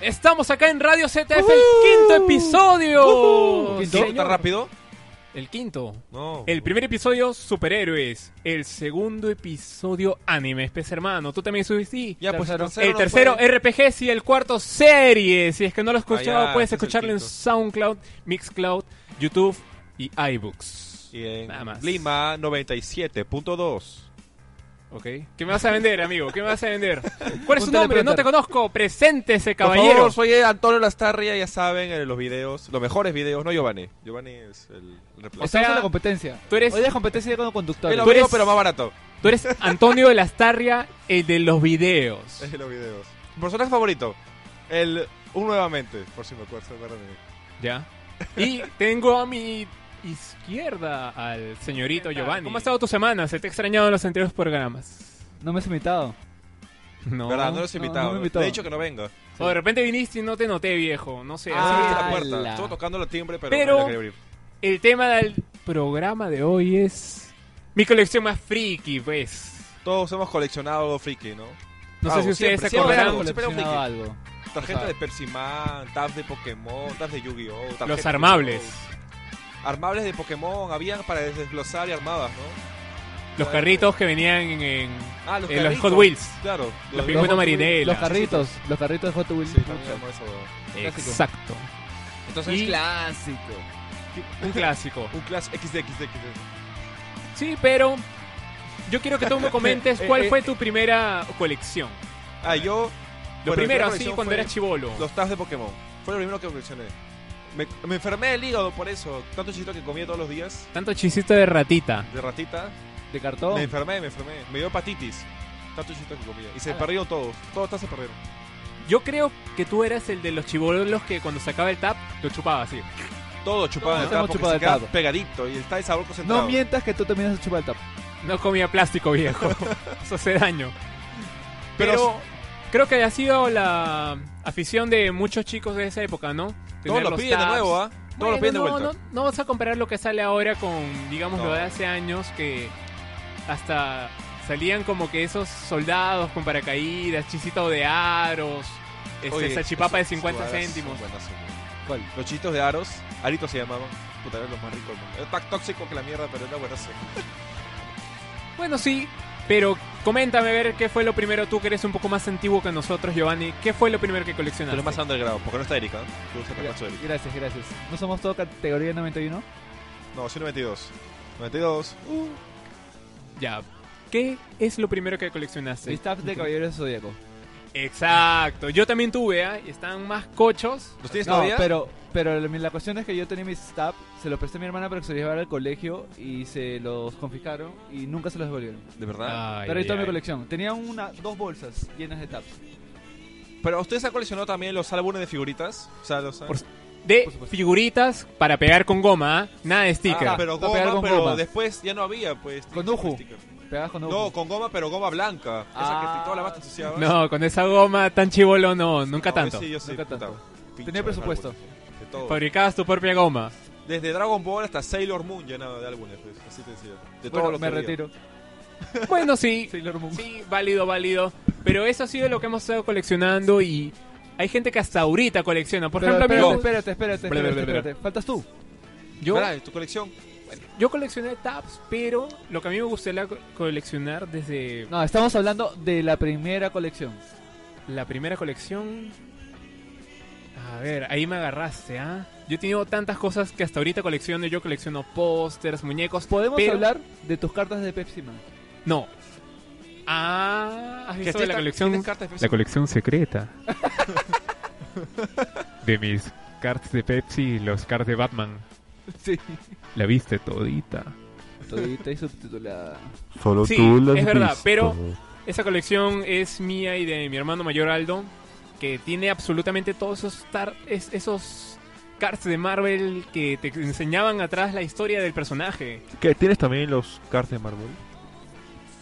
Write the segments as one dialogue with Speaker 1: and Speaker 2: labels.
Speaker 1: Estamos acá en Radio ZF, el quinto episodio.
Speaker 2: ¿Quinto?
Speaker 1: Señor.
Speaker 2: ¿Tan rápido?
Speaker 1: El quinto.
Speaker 2: No.
Speaker 1: El primer episodio, superhéroes. El segundo episodio, animes, pez hermano. Tú también subiste. sí.
Speaker 2: Ya, pues
Speaker 3: Tercero.
Speaker 1: el tercero, RPGs. Y el cuarto, series. Si es que no lo has
Speaker 2: Ah,
Speaker 1: escuchado,
Speaker 2: ya,
Speaker 1: puedes
Speaker 2: ese es el
Speaker 1: escucharlo en
Speaker 2: quinto.
Speaker 1: SoundCloud, Mixcloud, YouTube y iBooks.
Speaker 2: Y en
Speaker 1: Nada más.
Speaker 2: Lima 97.2.
Speaker 1: ¿Ok? ¿Qué me vas a vender, amigo? ¿Qué me vas a vender? ¿Cuál es
Speaker 3: Un
Speaker 1: su nombre? No
Speaker 3: teleprompter.
Speaker 1: te conozco. Preséntese,
Speaker 2: Por
Speaker 1: caballero.
Speaker 2: favor, soy Antonio Lastarria, ya saben, en los videos, los mejores videos, no Giovanni. Giovanni es el
Speaker 1: O
Speaker 2: reemplazo.
Speaker 1: sea,
Speaker 3: Estamos en la competencia.
Speaker 1: tú eres-
Speaker 3: Hoy es competencia de conductor.
Speaker 2: Es lo
Speaker 1: tú
Speaker 2: mismo,
Speaker 1: eres-
Speaker 2: pero más barato.
Speaker 1: Tú eres Antonio de Lastarria, el de los videos.
Speaker 2: Es de los videos. Personaje favorito. El un nuevamente, por si me acuerdo. se acuerdan de mí.
Speaker 1: Ya. Y tengo a mi izquierda al señorito Giovanni. ¿Cómo ha estado tu semana? Se te ha extrañado en los anteriores programas.
Speaker 3: No me has invitado.
Speaker 1: No.
Speaker 2: ¿Verdad? No los he
Speaker 3: no,
Speaker 2: invitado.
Speaker 3: no me
Speaker 2: Le
Speaker 3: invitó.
Speaker 2: he dicho que no venga.
Speaker 1: O de repente viniste y no te noté, viejo. No sé.
Speaker 2: Ah,
Speaker 1: así
Speaker 3: Ah,
Speaker 1: que-
Speaker 2: la puerta.
Speaker 3: ala.
Speaker 2: Estuvo tocando el timbre, pero,
Speaker 1: Pero-
Speaker 2: no la quería abrir.
Speaker 1: El tema del programa de hoy es mi colección más friki, pues.
Speaker 2: Todos hemos coleccionado algo friki, ¿no?
Speaker 1: No
Speaker 2: Bravo,
Speaker 1: sé si ustedes se
Speaker 2: siempre, siempre
Speaker 1: acuerdan
Speaker 2: algo,
Speaker 3: Siempre
Speaker 2: siempre
Speaker 3: coleccionado algo.
Speaker 2: Tarjeta
Speaker 3: Ajá.
Speaker 2: de Persimán, tabs de Pokémon, tabs de Yu-Gi-Oh! tarjetas
Speaker 1: los
Speaker 2: de
Speaker 1: armables,
Speaker 2: Yu-Gi-Oh. Armables de Pokémon, habían para desglosar y armadas, ¿no?
Speaker 1: los carritos que venían en, en-
Speaker 2: Ah, los,
Speaker 1: en Eh, los
Speaker 2: carritos.
Speaker 1: Hot Wheels.
Speaker 2: Claro.
Speaker 1: Los
Speaker 3: Los,
Speaker 1: pingüinos
Speaker 3: Hot
Speaker 1: marinela.
Speaker 3: Wheels, los carritos, los carritos de Hot Wheels.
Speaker 2: Sí, también armó eso.
Speaker 3: Clásico.
Speaker 1: Exacto.
Speaker 2: Entonces,
Speaker 1: Y-
Speaker 3: Clásico.
Speaker 1: Un clásico.
Speaker 2: un Clash XDXDXD.
Speaker 1: Sí, pero yo quiero que tú me comentes
Speaker 2: Eh,
Speaker 1: cuál
Speaker 2: eh,
Speaker 1: fue tu primera colección.
Speaker 2: Ah, yo...
Speaker 1: Lo
Speaker 2: bueno,
Speaker 1: primero,
Speaker 2: mi primera
Speaker 1: así,
Speaker 2: colección
Speaker 1: cuando
Speaker 2: fue
Speaker 1: era chivolo.
Speaker 2: Los tabs de Pokémon. Fue lo primero que coleccioné. Me, me enfermé del hígado por eso. Tanto chito que comía todos los días,
Speaker 1: Tanto chisito de ratita.
Speaker 2: de ratita.
Speaker 3: De cartón.
Speaker 2: Me enfermé, me enfermé. Me dio hepatitis. Tanto chito que comía. Y se
Speaker 3: Ala.
Speaker 2: perdieron todos. Todos tabs se perdieron.
Speaker 1: Yo creo que tú eras el de los chivolos que cuando sacaba el tap, lo chupaba así.
Speaker 2: Todo chupado de
Speaker 3: Todos
Speaker 2: tapa
Speaker 3: hemos chupado
Speaker 2: porque se
Speaker 3: de
Speaker 2: queda
Speaker 3: tapa.
Speaker 2: pegadito y está el sabor concentrado.
Speaker 3: No mientas que tú también has chupado el tap.
Speaker 1: No comía plástico, viejo. Eso hace daño. Pero,
Speaker 2: Pero-
Speaker 1: creo que ha sido la afición de muchos chicos de esa época, ¿no?
Speaker 2: Todos
Speaker 1: Tener
Speaker 2: lo
Speaker 1: los
Speaker 2: piden de
Speaker 1: tabs.
Speaker 2: nuevo, ¿ah? Todos
Speaker 1: Bueno,
Speaker 2: lo piden de
Speaker 1: no,
Speaker 2: vuelta.
Speaker 1: No, no vas a comparar lo que sale ahora con, digamos,
Speaker 2: No.
Speaker 1: lo de hace años que hasta salían como que esos soldados con paracaídas, chisito de aros, este,
Speaker 2: Oye,
Speaker 1: salchipapa de
Speaker 2: esos
Speaker 1: 50
Speaker 2: jugadas
Speaker 1: céntimos.
Speaker 2: son buenas, son buenas.
Speaker 3: ¿Cuál?
Speaker 2: Los chitos de aros, aritos se llamaban. Puta, eran los más ricos. del mundo. Era tan tóxico que la mierda, pero era buenazo.
Speaker 1: Bueno, sí, pero coméntame a ver qué fue lo primero, tú que eres un poco más antiguo que nosotros, Giovanni, ¿qué fue lo primero que
Speaker 2: Pero
Speaker 1: coleccionaste?
Speaker 2: es más underground, porque no está Erika. ¿eh? Tú usas el macho de Erika.
Speaker 3: Gracias, gracias. ¿No somos todo categoría 91?
Speaker 2: No, soy 92. 92. Uh,
Speaker 1: Ya. ¿Qué es lo primero que coleccionaste?
Speaker 3: Mis tabs de Caballeros Zodíaco.
Speaker 1: Exacto. Yo también tuve, ¿ah? Y estaban más cochos.
Speaker 2: ¿Los tienes
Speaker 3: No,
Speaker 2: todavía?
Speaker 3: pero, pero la, la cuestión es que yo tenía mis tabs, se los presté a mi hermana para que se los llevara al colegio y se los confiscaron y nunca se los devolvieron.
Speaker 2: De verdad.
Speaker 1: Ay,
Speaker 3: pero ahí toda
Speaker 1: ay,
Speaker 3: mi
Speaker 1: ay.
Speaker 3: colección. Tenía una, dos bolsas llenas de tabs.
Speaker 2: Pero ustedes han coleccionado también los álbumes de figuritas. O sea, los.
Speaker 1: Por- de
Speaker 3: Por supuesto.
Speaker 1: figuritas para pegar con goma, ¿ah? nada de sticker.
Speaker 2: Ah, pero
Speaker 3: Para pegar
Speaker 2: goma,
Speaker 3: con
Speaker 2: pero
Speaker 3: goma.
Speaker 2: después ya no había, pues.
Speaker 3: Con Uju.
Speaker 2: sticker.
Speaker 3: Pegabas con
Speaker 2: No,
Speaker 3: ojos.
Speaker 2: con goma, pero goma blanca. Esa
Speaker 3: Ah.
Speaker 2: que toda la más te ensuciabas.
Speaker 1: No, con esa goma tan chivolo no, nunca
Speaker 2: No,
Speaker 1: tanto.
Speaker 2: Sí, yo sí,
Speaker 3: Nunca
Speaker 2: puta,
Speaker 3: tanto.
Speaker 2: pincho
Speaker 3: Tenía
Speaker 2: de
Speaker 3: presupuesto.
Speaker 2: álbumes, de todo.
Speaker 1: Fabricabas tu propia goma.
Speaker 2: Desde Dragon Ball hasta Sailor Moon llenado de álbumes, pues, así te decía. De todo
Speaker 3: Bueno,
Speaker 2: lo que
Speaker 3: me
Speaker 2: había.
Speaker 3: retiro.
Speaker 1: Bueno, sí,
Speaker 3: Sailor Moon.
Speaker 1: sí, válido, válido. Pero eso ha sido lo que hemos estado coleccionando y hay gente que hasta ahorita colecciona. Por
Speaker 3: Pero,
Speaker 1: ejemplo, a mí me
Speaker 3: espérate, espérate,
Speaker 1: Bla,
Speaker 3: espérate,
Speaker 1: bla,
Speaker 3: espérate,
Speaker 1: bla, bla.
Speaker 3: espérate. Faltas tú.
Speaker 1: gust- yo,
Speaker 2: Pará, ¿y tu colección?
Speaker 1: yo coleccioné tabs, pero lo que a mí me gustaría co- coleccionar desde
Speaker 3: No, estamos hablando de la primera colección.
Speaker 1: la primera colección... A ver, ahí me agarraste, ¿ah? Yo he tenido tantas cosas que hasta ahorita colecciono. Yo colecciono pósters, muñecos.
Speaker 3: Podemos
Speaker 1: pero-
Speaker 3: hablar de tus cartas de Pepsi Man.
Speaker 1: No. Ah, has
Speaker 2: Que
Speaker 1: visto
Speaker 2: tienes
Speaker 1: la
Speaker 2: car-
Speaker 1: colección.
Speaker 2: tienes cartas de
Speaker 1: La
Speaker 2: Pepsi.
Speaker 1: colección secreta. de mis cards de Pepsi y los cards de Batman.
Speaker 3: Sí.
Speaker 1: La viste todita.
Speaker 3: Todita y subtitulada.
Speaker 4: Solo
Speaker 1: Sí,
Speaker 4: tú lo
Speaker 1: es
Speaker 4: has
Speaker 1: verdad,
Speaker 4: visto.
Speaker 1: pero- Esa colección es mía y de mi hermano mayor Aldo, que tiene absolutamente todos esos, tar- es- esos cards de Marvel que te enseñaban atrás la historia del personaje.
Speaker 4: ¿Qué, ¿Tienes también los cards de mármol?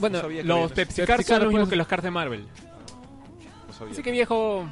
Speaker 1: Bueno,
Speaker 2: sabía que había
Speaker 1: los
Speaker 2: eso.
Speaker 1: Pepsi
Speaker 3: Pepsi
Speaker 1: cards son
Speaker 3: Cards,
Speaker 1: los mismos
Speaker 3: pues.
Speaker 1: que los cards de Marvel.
Speaker 2: No sabía.
Speaker 1: Así que viejo,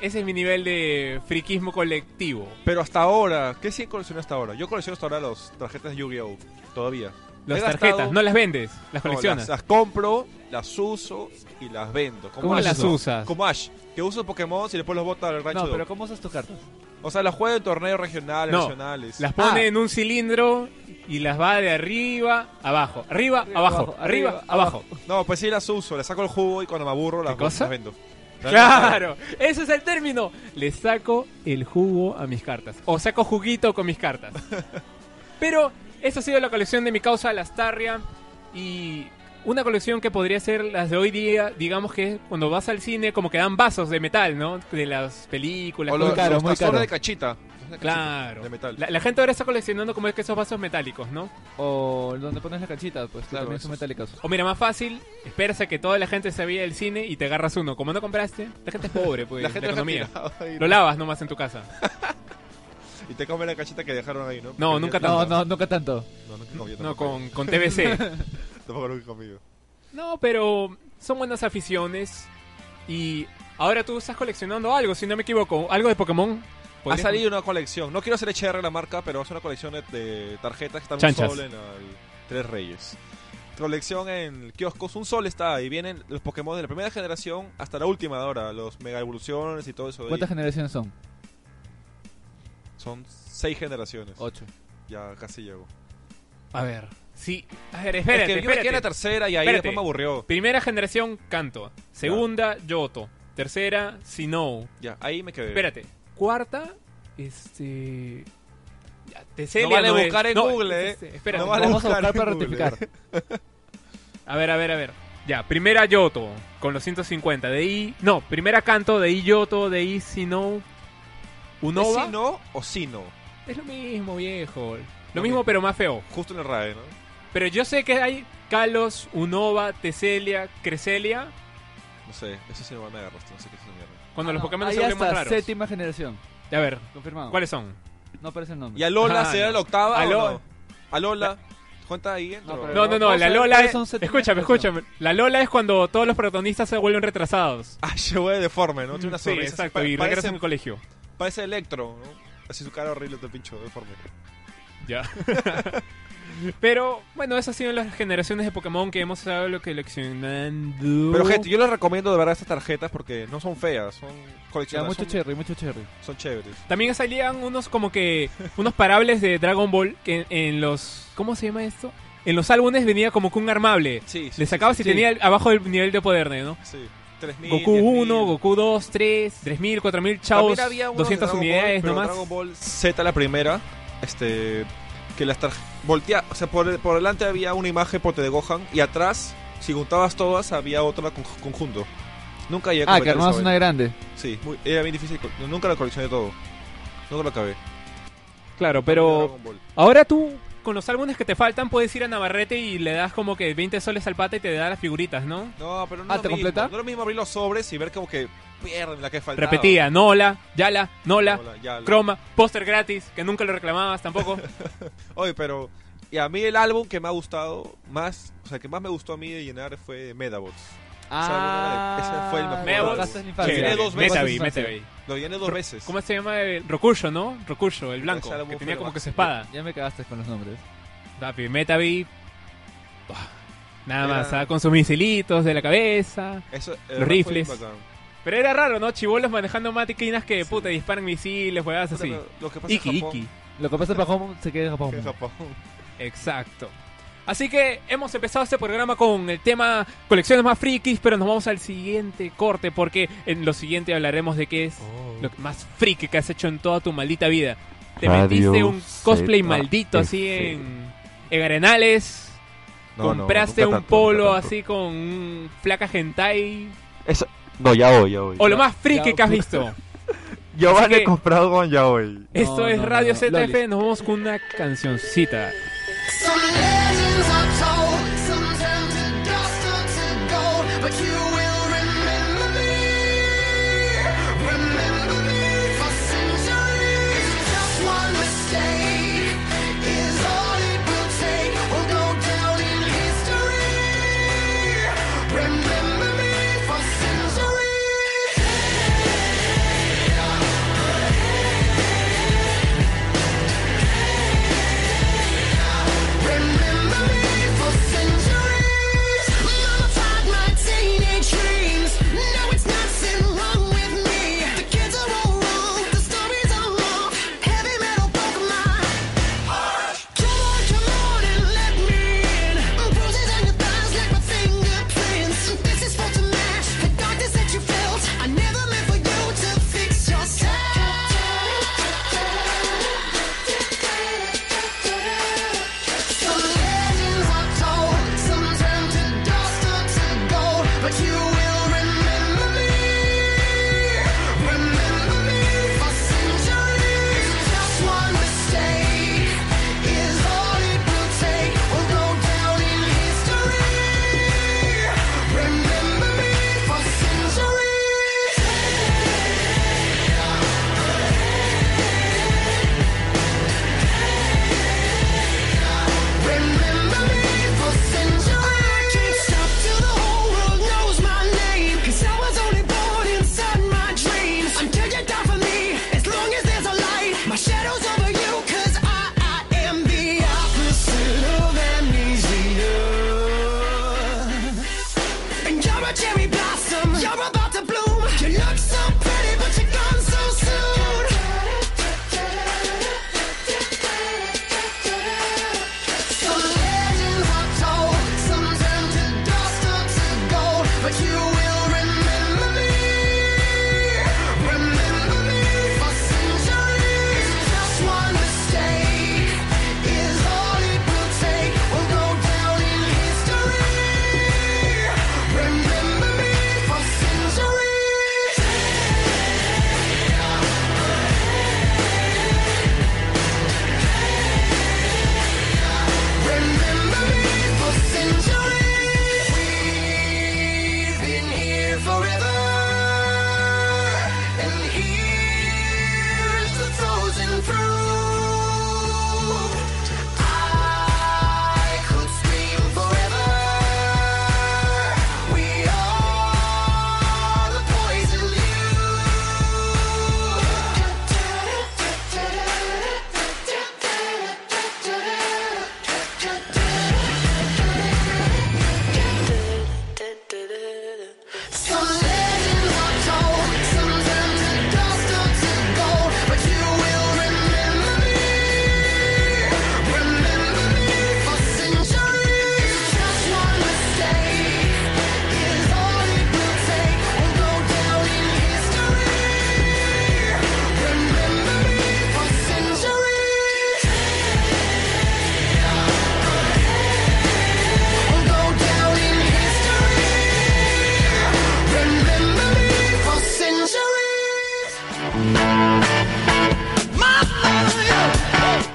Speaker 1: ese es mi nivel de friquismo colectivo.
Speaker 2: Pero hasta ahora, ¿qué sí coleccioné hasta ahora? Yo colecciono hasta ahora los tarjetas de Yu-Gi-Oh! Todavía.
Speaker 1: Las
Speaker 2: He
Speaker 1: tarjetas,
Speaker 2: gastado-
Speaker 1: no las vendes, las
Speaker 2: No,
Speaker 1: coleccionas.
Speaker 2: las, las compro, las uso y las vendo. Como
Speaker 1: ¿Cómo
Speaker 2: Ash.
Speaker 1: las usas?
Speaker 2: Como Ash, que uso Pokémon y después los bota al rancho.
Speaker 3: No, pero
Speaker 2: de-
Speaker 3: ¿cómo usas tus cartas?
Speaker 2: O sea, las juego en torneos regionales,
Speaker 1: No,
Speaker 2: nacionales.
Speaker 1: Las pone
Speaker 3: Ah.
Speaker 1: en un cilindro y las va de arriba, abajo, arriba, abajo,
Speaker 3: abajo,
Speaker 1: arriba,
Speaker 3: arriba,
Speaker 1: abajo.
Speaker 2: No, pues sí las uso, las saco el jugo y cuando me aburro las,
Speaker 1: ¿Qué cosa?
Speaker 2: las vendo.
Speaker 1: Claro, ese es el término. Le saco el jugo a mis cartas. O saco juguito con mis cartas. Pero esa ha sido la colección de mi causa, la Starria. Y una colección que podría ser las de hoy día, digamos que cuando vas al cine, como que dan vasos de metal, ¿no? De las películas.
Speaker 2: O
Speaker 1: cosas
Speaker 2: los,
Speaker 3: muy caro,
Speaker 2: los
Speaker 3: muy
Speaker 2: tazones
Speaker 3: caro.
Speaker 2: de cachita. De
Speaker 1: Claro.
Speaker 2: De metal.
Speaker 1: La, la gente ahora está coleccionando como es que esos vasos metálicos, ¿no?
Speaker 3: O donde pones la canchita, pues que
Speaker 2: Claro,
Speaker 3: también
Speaker 2: eso
Speaker 3: son
Speaker 2: es.
Speaker 3: metálicas.
Speaker 1: O mira, más fácil, esperas a que toda la gente se vaya del cine y te agarras uno. Como no compraste, la gente es pobre, pues, la,
Speaker 2: las ha
Speaker 1: economía.
Speaker 2: tirado ahí,
Speaker 1: Lo lavas nomás en tu casa.
Speaker 2: Y te come la cachita que dejaron ahí, ¿no?
Speaker 1: No,
Speaker 2: Porque
Speaker 1: nunca
Speaker 2: yo-
Speaker 1: tanto.
Speaker 3: No, no, nunca tanto.
Speaker 2: No, nunca comí,
Speaker 1: No,
Speaker 2: tampoco.
Speaker 1: con, con TBC.
Speaker 2: Tampoco nunca he comido.
Speaker 1: No, pero son buenas aficiones. Y ahora tú estás coleccionando algo, si no me equivoco. Algo de Pokémon.
Speaker 2: Ha
Speaker 1: ¿Podrías-
Speaker 2: salido una colección. No quiero hacer HR la marca, pero es una colección de, de tarjetas que están
Speaker 1: Chanchas.
Speaker 2: un sol en el Tres Reyes. Colección en kioscos. Un sol está ahí. Vienen los Pokémon de la primera generación hasta la última de ahora. Los mega evoluciones y todo eso. de ahí.
Speaker 3: ¿Cuántas generaciones son?
Speaker 2: Son seis generaciones.
Speaker 3: Ocho.
Speaker 2: Ya casi llego.
Speaker 1: A ver. Sí. A ver,
Speaker 2: Es
Speaker 1: espérate,
Speaker 2: que yo me quedé en la
Speaker 1: espérate.
Speaker 2: tercera y ahí
Speaker 1: Espérate.
Speaker 2: después me aburrió.
Speaker 1: Primera generación, Canto. Segunda, Yoto. Tercera, Sinnoh.
Speaker 2: Ya, ahí me quedé.
Speaker 1: Espérate. Cuarta, este... Ya,
Speaker 2: No
Speaker 1: Tecelia
Speaker 2: vale
Speaker 1: es.
Speaker 2: buscar en
Speaker 1: No,
Speaker 2: Google,
Speaker 1: es
Speaker 2: eh.
Speaker 1: este, espérate.
Speaker 2: No vale
Speaker 3: Vamos a buscar
Speaker 2: buscar en
Speaker 3: para
Speaker 2: Google.
Speaker 3: rectificar.
Speaker 1: A ver, a ver, a ver. Ya, primera Yoto con los 150. De ahí. No, primera Canto, de ahí Yoto, de ahí Sinnoh.
Speaker 2: ¿Es
Speaker 1: Unova.
Speaker 2: Sino o Sino?
Speaker 1: Es lo mismo, viejo. Lo
Speaker 2: Ok.
Speaker 1: mismo, pero más feo.
Speaker 2: Justo en el RAE, ¿no?
Speaker 1: Pero yo sé que hay Kalos, Unova, Teselia, Creselia.
Speaker 2: No sé, eso sí no me agarraste, Ah, no sé qué es esa mierda.
Speaker 1: Cuando los Pokémon
Speaker 3: Ahí
Speaker 1: se vuelven más
Speaker 3: hasta
Speaker 1: raros.
Speaker 3: séptima generación.
Speaker 1: A ver,
Speaker 3: Confirmado.
Speaker 1: ¿cuáles son?
Speaker 3: No aparece el nombre.
Speaker 2: ¿Y Alola
Speaker 1: Ah,
Speaker 2: será
Speaker 1: no.
Speaker 2: la octava?
Speaker 1: Alo-
Speaker 2: o no? Alola. ¿Cuenta ahí dentro?
Speaker 3: No, pero-
Speaker 1: No, no, no,
Speaker 3: vamos
Speaker 1: la
Speaker 3: a ver
Speaker 1: Lola
Speaker 3: cuáles
Speaker 1: es...
Speaker 3: son séptima
Speaker 1: Escúchame,
Speaker 3: generación.
Speaker 1: escúchame. La Lola es cuando todos los protagonistas se vuelven retrasados.
Speaker 2: Ah, se vuelve deforme, ¿no? Tiene una
Speaker 1: sí,
Speaker 2: sonrisa. así,
Speaker 1: exacto,
Speaker 2: pa-
Speaker 1: y
Speaker 2: parece,
Speaker 1: regresan al colegio.
Speaker 2: parece Electro, ¿no? Así su cara horrible, te pincho, deforme.
Speaker 1: Ya. Pero, bueno, esas han sido las generaciones de Pokémon que hemos estado lo- coleccionando.
Speaker 2: Pero, gente, yo les recomiendo de verdad estas tarjetas porque no son feas, son
Speaker 3: Ya,
Speaker 2: coleccionables.
Speaker 3: mucho
Speaker 2: Son,
Speaker 3: cherry, mucho cherry.
Speaker 2: son chéveres.
Speaker 1: También salían unos como que unos parables de Dragon Ball que en, en los ¿cómo se llama esto? En los álbumes venía como que un armable.
Speaker 2: Sí, sí.
Speaker 1: Le sacabas y
Speaker 3: sí.
Speaker 1: tenía el- abajo el nivel de poder, ¿no?
Speaker 2: Sí. 3000.
Speaker 1: Goku
Speaker 2: 10.000.
Speaker 1: 1, Goku 2, 3, 3000, 4000, chao.
Speaker 2: También había unos de
Speaker 1: 200
Speaker 2: Dragon
Speaker 1: unidades
Speaker 2: Ball, pero
Speaker 1: nomás.
Speaker 2: Dragon Ball Z, la primera. Este. Que las tarjetas. Voltea. O sea, por, por delante había una imagen pote de Gohan. Y atrás, si juntabas todas, había otro con- conjunto. Nunca llegué a
Speaker 3: Ah, que
Speaker 2: completar esa
Speaker 3: armabas
Speaker 2: vaina.
Speaker 3: una grande.
Speaker 2: Sí, muy- era bien difícil. co- Nunca lo coleccioné todo. Nunca lo acabé.
Speaker 1: Claro, pero
Speaker 2: Dragon Ball.
Speaker 1: ahora tú con los álbumes que te faltan puedes ir a Navarrete y le das como que 20 soles al pata y te da las figuritas, ¿no?
Speaker 2: No, pero no
Speaker 3: Ah,
Speaker 2: lo
Speaker 3: ¿te
Speaker 2: mismo.
Speaker 3: completa?
Speaker 2: No es lo mismo abrir los sobres y ver como que pierden la que faltaba.
Speaker 1: Repetía, Nola, Yala, Nola,
Speaker 2: Hola, ya, la-
Speaker 1: Croma, póster gratis, que nunca lo reclamabas tampoco.
Speaker 2: Oye, pero... Y a mí el álbum que me ha gustado más... O sea, que más me gustó a mí de llenar fue Medabots.
Speaker 3: Ah,
Speaker 2: ese fue el mejor
Speaker 1: Medabots.
Speaker 3: Gastas la
Speaker 2: Sí,
Speaker 3: infancia.
Speaker 2: tiene dos veces.
Speaker 1: Metavi, Metavi.
Speaker 2: Lo llené dos veces.
Speaker 1: ¿Cómo se llama? Eh, Rokusho, ¿no? Rokusho, el blanco,
Speaker 2: Ese álbum
Speaker 1: que
Speaker 2: fue
Speaker 1: tenía
Speaker 2: lo
Speaker 1: como que
Speaker 2: máximo.
Speaker 1: su espada.
Speaker 3: Ya me cagaste con los nombres.
Speaker 1: Papi, Metavi. ah, Nada
Speaker 2: Era-
Speaker 1: más, ah, con sus misilitos de la cabeza.
Speaker 2: Eso, eh,
Speaker 1: Los
Speaker 2: fue
Speaker 1: rifles.
Speaker 2: bacán.
Speaker 1: Pero era raro, ¿no? Chibolos manejando máquinas que, puta, disparan misiles, juegas
Speaker 2: Puta,
Speaker 1: así.
Speaker 2: pero Lo que pasa en
Speaker 1: Iki,
Speaker 2: Japón-
Speaker 1: Iki.
Speaker 3: Lo que pasa en Japón se queda en Japón.
Speaker 2: que en Japón.
Speaker 1: Exacto. Así que hemos empezado este programa con el tema colecciones más frikis, pero nos vamos al siguiente corte porque en lo siguiente hablaremos de qué es lo más friki que has hecho en toda tu maldita vida. Te
Speaker 5: Radio
Speaker 1: metiste un cosplay
Speaker 5: ZF.
Speaker 1: maldito así en, en Arenales,
Speaker 2: No, no,
Speaker 1: compraste
Speaker 2: nunca
Speaker 1: un
Speaker 2: tanto, nunca
Speaker 1: polo
Speaker 2: tanto.
Speaker 1: así con placa hentai,
Speaker 5: No, ya voy, ya voy.
Speaker 1: o lo más friki
Speaker 3: Ya,
Speaker 1: que has visto.
Speaker 5: Yo
Speaker 1: Así
Speaker 5: van
Speaker 1: que-
Speaker 5: he comprado con ya voy.
Speaker 1: Esto
Speaker 3: No,
Speaker 1: es
Speaker 3: no, no,
Speaker 1: Radio
Speaker 3: no.
Speaker 1: ZF,
Speaker 3: Lolis.
Speaker 1: nos vamos con una cancioncita.
Speaker 6: Some legends are told, some turn to dust or to gold, but you will remember me. Remember me for centuries. Just one mistake is all it will take. We'll go down in history. Remember me for centuries. Remember me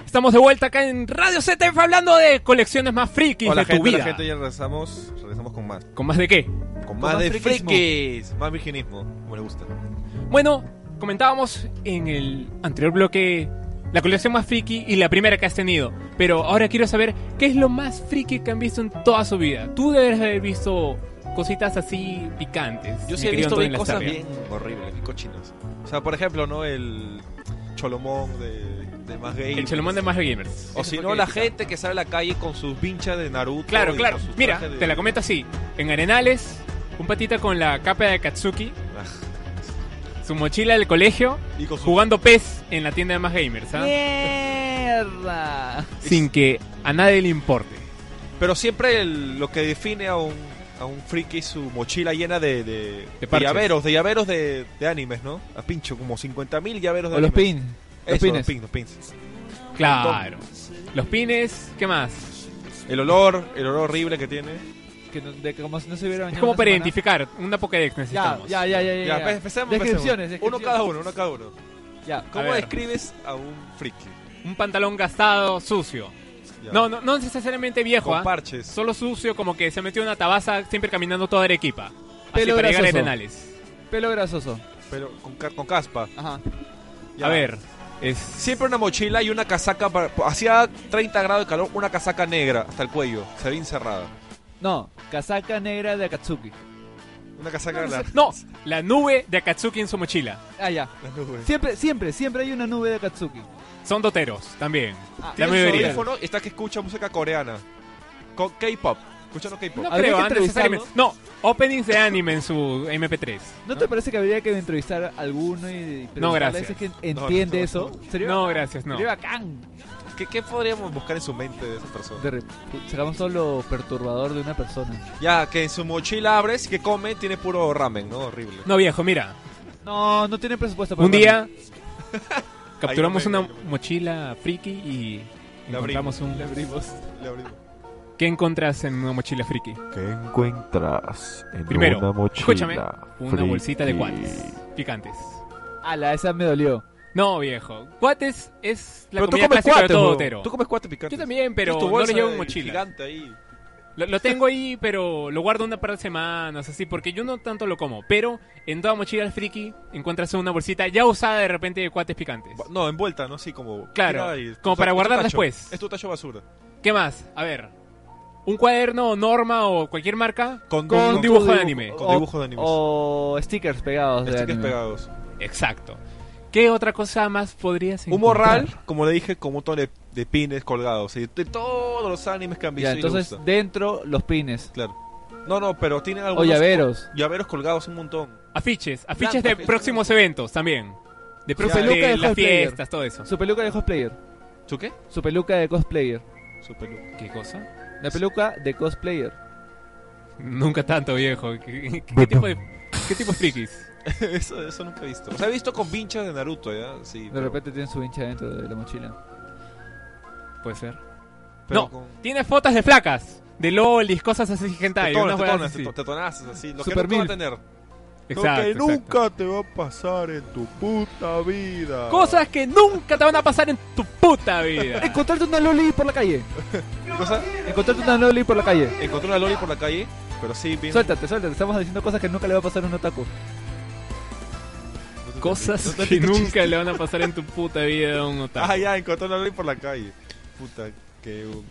Speaker 1: Estamos de vuelta acá en Radio ZF hablando de colecciones más frikis
Speaker 2: Hola,
Speaker 1: de tu
Speaker 2: gente,
Speaker 1: vida.
Speaker 2: hola, gente, ya regresamos, regresamos con más.
Speaker 1: ¿Con más de qué?
Speaker 2: Con más,
Speaker 3: más
Speaker 2: de
Speaker 3: friquismo.
Speaker 2: frikis, más virginismo, como le gusta.
Speaker 1: Bueno, comentábamos en el anterior bloque la colección más friki y la primera que has tenido. Pero ahora quiero saber qué es lo más friki que han visto en toda su vida. Tú debes haber visto cositas así picantes.
Speaker 2: Yo
Speaker 1: mi
Speaker 2: sí he
Speaker 1: querido
Speaker 2: visto
Speaker 1: Antonio
Speaker 2: bien cosas
Speaker 1: Lastarria.
Speaker 2: bien horribles, bien cochinas. O sea, por ejemplo, ¿no? El Cholomón de, de más gay.
Speaker 1: El Chelomón de Mario Gamers.
Speaker 2: O si no, la gente que sale a la calle con sus vinchas de Naruto.
Speaker 1: Claro,
Speaker 2: y
Speaker 1: claro.
Speaker 2: con sus
Speaker 1: Mira,
Speaker 2: trajes de-
Speaker 1: te la comento así. En Arenales, un patita con la capa de Katsuki,
Speaker 2: Ah,
Speaker 1: su mochila del colegio,
Speaker 2: Y con sus
Speaker 1: jugando PES en la tienda de más gamers, ¿ah?
Speaker 3: ¡Mierda!
Speaker 1: Sin que a nadie le importe.
Speaker 2: Pero siempre el- lo que define a un, a un friki es su mochila llena de, de, de
Speaker 1: parches.
Speaker 2: llaveros, de llaveros de, de animes, ¿no? A pincho, como 50.000 llaveros de
Speaker 3: O los
Speaker 2: animes.
Speaker 3: pins. Los
Speaker 2: Eso,
Speaker 3: pines.
Speaker 2: los pins, los pins.
Speaker 1: Claro. Los pines, ¿qué más?
Speaker 2: El olor, el olor horrible que tiene.
Speaker 3: Que no, de que como si no se hubiera
Speaker 1: Es
Speaker 3: bañado
Speaker 1: como
Speaker 3: una
Speaker 1: para
Speaker 3: semana.
Speaker 1: identificar una Pokédex
Speaker 3: Ya,
Speaker 1: necesitamos.
Speaker 3: ya, ya, ya. ya,
Speaker 2: Ya,
Speaker 3: ya.
Speaker 2: pues, empecemos,
Speaker 3: Eh, Descripciones,
Speaker 2: empecemos. Uno
Speaker 3: descripciones.
Speaker 2: cada uno, uno cada uno.
Speaker 3: Ya.
Speaker 2: ¿Cómo
Speaker 1: ver.
Speaker 2: describes a un friki?
Speaker 1: Un pantalón gastado, sucio.
Speaker 2: Ya.
Speaker 1: No, no, no necesariamente viejo,
Speaker 2: Con
Speaker 1: ¿ah?
Speaker 2: parches.
Speaker 1: Solo sucio, como que se metió una tabaza siempre caminando toda Arequipa. Así
Speaker 3: Pelo
Speaker 1: para llegar a
Speaker 3: grasoso.
Speaker 1: Arenales.
Speaker 3: Pelo grasoso.
Speaker 2: Pero con, ca- con caspa.
Speaker 3: Ajá.
Speaker 2: Ya.
Speaker 1: A ver, es
Speaker 2: Siempre una mochila y una casaca. para- hacía 30 grados de calor, una casaca negra hasta el cuello. Se ve encerrada.
Speaker 3: No, casaca negra de Akatsuki.
Speaker 2: Una casaca negra.
Speaker 1: No, la nube de Akatsuki en su mochila.
Speaker 3: Ah, ya.
Speaker 2: Las nubes.
Speaker 3: Siempre, siempre, siempre hay una nube de Akatsuki.
Speaker 1: Son doteros también.
Speaker 3: Ah,
Speaker 1: la
Speaker 2: Tiene su
Speaker 1: mayoría.
Speaker 2: teléfono y está que escucha música coreana. Con K-pop. Escuchando K-pop.
Speaker 1: No
Speaker 3: Habría
Speaker 1: creo,
Speaker 3: que
Speaker 1: ah, necesariamente. No, openings de anime en su MP3.
Speaker 3: ¿No te parece que habría que entrevistar a alguno y y preguntarle
Speaker 1: No, gracias.
Speaker 3: si es que entiende
Speaker 2: no,
Speaker 3: eso? Sería-
Speaker 1: No, gracias, no.
Speaker 3: Sería bacán.
Speaker 2: ¿Qué, qué podríamos buscar en su mente de esa persona?
Speaker 3: De re- sacamos todo lo perturbador de una persona.
Speaker 2: Ya, que en su mochila abres y que come, tiene puro ramen, ¿no? Horrible.
Speaker 1: No, viejo, mira.
Speaker 3: No, no tiene presupuesto para
Speaker 1: Un día capturamos
Speaker 2: Ahí lo
Speaker 1: una
Speaker 2: ve, ahí lo ve.
Speaker 1: mochila friki y
Speaker 2: La
Speaker 1: encontramos
Speaker 3: Le
Speaker 1: un...
Speaker 3: abrimos.
Speaker 2: Le abrimos.
Speaker 1: ¿Qué encontras en una mochila friki?
Speaker 5: ¿Qué encuentras en
Speaker 1: Primero,
Speaker 5: una mochila?
Speaker 1: escúchame, Una
Speaker 5: friki?
Speaker 1: bolsita de guantes picantes.
Speaker 3: Ala, esa me dolió.
Speaker 1: No, viejo. Guates es la
Speaker 2: Pero tú
Speaker 1: comida
Speaker 2: comes
Speaker 1: clásica
Speaker 2: cuates,
Speaker 1: de todo
Speaker 2: bro.
Speaker 1: dotero.
Speaker 2: Tú comes cuates picantes.
Speaker 1: Yo también, pero
Speaker 2: Tienes tu
Speaker 1: no
Speaker 2: bolsa
Speaker 1: lo llevo en
Speaker 2: de-
Speaker 1: mochila.
Speaker 2: Gigante ahí.
Speaker 1: Lo, lo tengo ahí, pero lo guardo una par de semanas, así, porque yo no tanto lo como. Pero en toda mochila del friki encuentras una bolsita ya usada de repente de cuates picantes.
Speaker 2: No, envuelta, ¿no? Sí, como...
Speaker 1: Claro,
Speaker 2: tira y-
Speaker 1: como
Speaker 2: o sea,
Speaker 1: para
Speaker 2: es tu
Speaker 1: guardar
Speaker 2: tacho.
Speaker 1: después.
Speaker 2: Es tu tacho basura.
Speaker 1: ¿Qué más? A ver. Un cuaderno o norma o cualquier marca.
Speaker 2: Con,
Speaker 1: Con un
Speaker 2: con-
Speaker 1: dibujo de anime.
Speaker 2: Con dibujos de Este animes.
Speaker 3: O stickers pegados. Oh, de
Speaker 2: Stickers
Speaker 3: anime.
Speaker 2: pegados.
Speaker 1: Exacto. ¿Qué otra cosa más podrías
Speaker 2: Un
Speaker 1: encontrar?
Speaker 2: morral, como le dije, con un montón de, de pines colgados. y de todos los animes que han visto
Speaker 3: Ya,
Speaker 2: y le
Speaker 3: entonces
Speaker 2: gusta.
Speaker 3: dentro los pines.
Speaker 2: No, no, pero tienen
Speaker 3: O
Speaker 2: algunos...
Speaker 3: llaveros.
Speaker 2: Llaveros colgados un montón.
Speaker 1: Afiches. Afiches
Speaker 2: Blanco,
Speaker 1: de
Speaker 2: afiches.
Speaker 1: próximos eventos también. De, pro-
Speaker 2: Ya.
Speaker 1: de
Speaker 3: Peluca de
Speaker 1: las
Speaker 3: cosplayer.
Speaker 1: fiestas, todo eso.
Speaker 3: Su peluca de cosplayer.
Speaker 2: ¿Su qué?
Speaker 3: Su peluca de cosplayer.
Speaker 2: Su peluca.
Speaker 1: ¿Qué cosa?
Speaker 3: La peluca de cosplayer.
Speaker 1: Nunca tanto, viejo. ¿Qué, qué- qué tipo, de, ¿Qué tipo de frikis?
Speaker 2: eso, eso nunca he visto. O sea, he visto con vinchas de Naruto, ¿ya? Sí.
Speaker 3: De
Speaker 2: pero-
Speaker 3: repente tiene su hincha dentro de la mochila.
Speaker 1: Puede ser.
Speaker 2: pero
Speaker 1: no.
Speaker 2: con-
Speaker 1: Tiene fotos de flacas, de lolis, cosas así, hentai.
Speaker 2: Tetonas,
Speaker 1: unas huevas
Speaker 2: tetonas,
Speaker 1: así.
Speaker 2: teto- tetonazas, así. Lo
Speaker 3: Super
Speaker 2: que nunca
Speaker 3: mil.
Speaker 2: va a tener.
Speaker 1: Exacto,
Speaker 5: lo
Speaker 1: exacto.
Speaker 5: que nunca te va a pasar en tu puta vida.
Speaker 1: Cosas que nunca te van a pasar en tu puta vida.
Speaker 3: Encontrarte una loli por la calle.
Speaker 2: Cosa,
Speaker 3: Encontrarte una loli por la calle.
Speaker 2: encontré una loli por la calle, pero sí, bien...
Speaker 3: Suéltate, suéltate. Estamos diciendo cosas que nunca le va a pasar a un otaku.
Speaker 2: no te- no
Speaker 1: Cosas
Speaker 2: te-
Speaker 1: que nunca le van a pasar en tu puta vida a un otaku.
Speaker 2: Ah, ya, encontré una loli por la calle. Puta, que... un-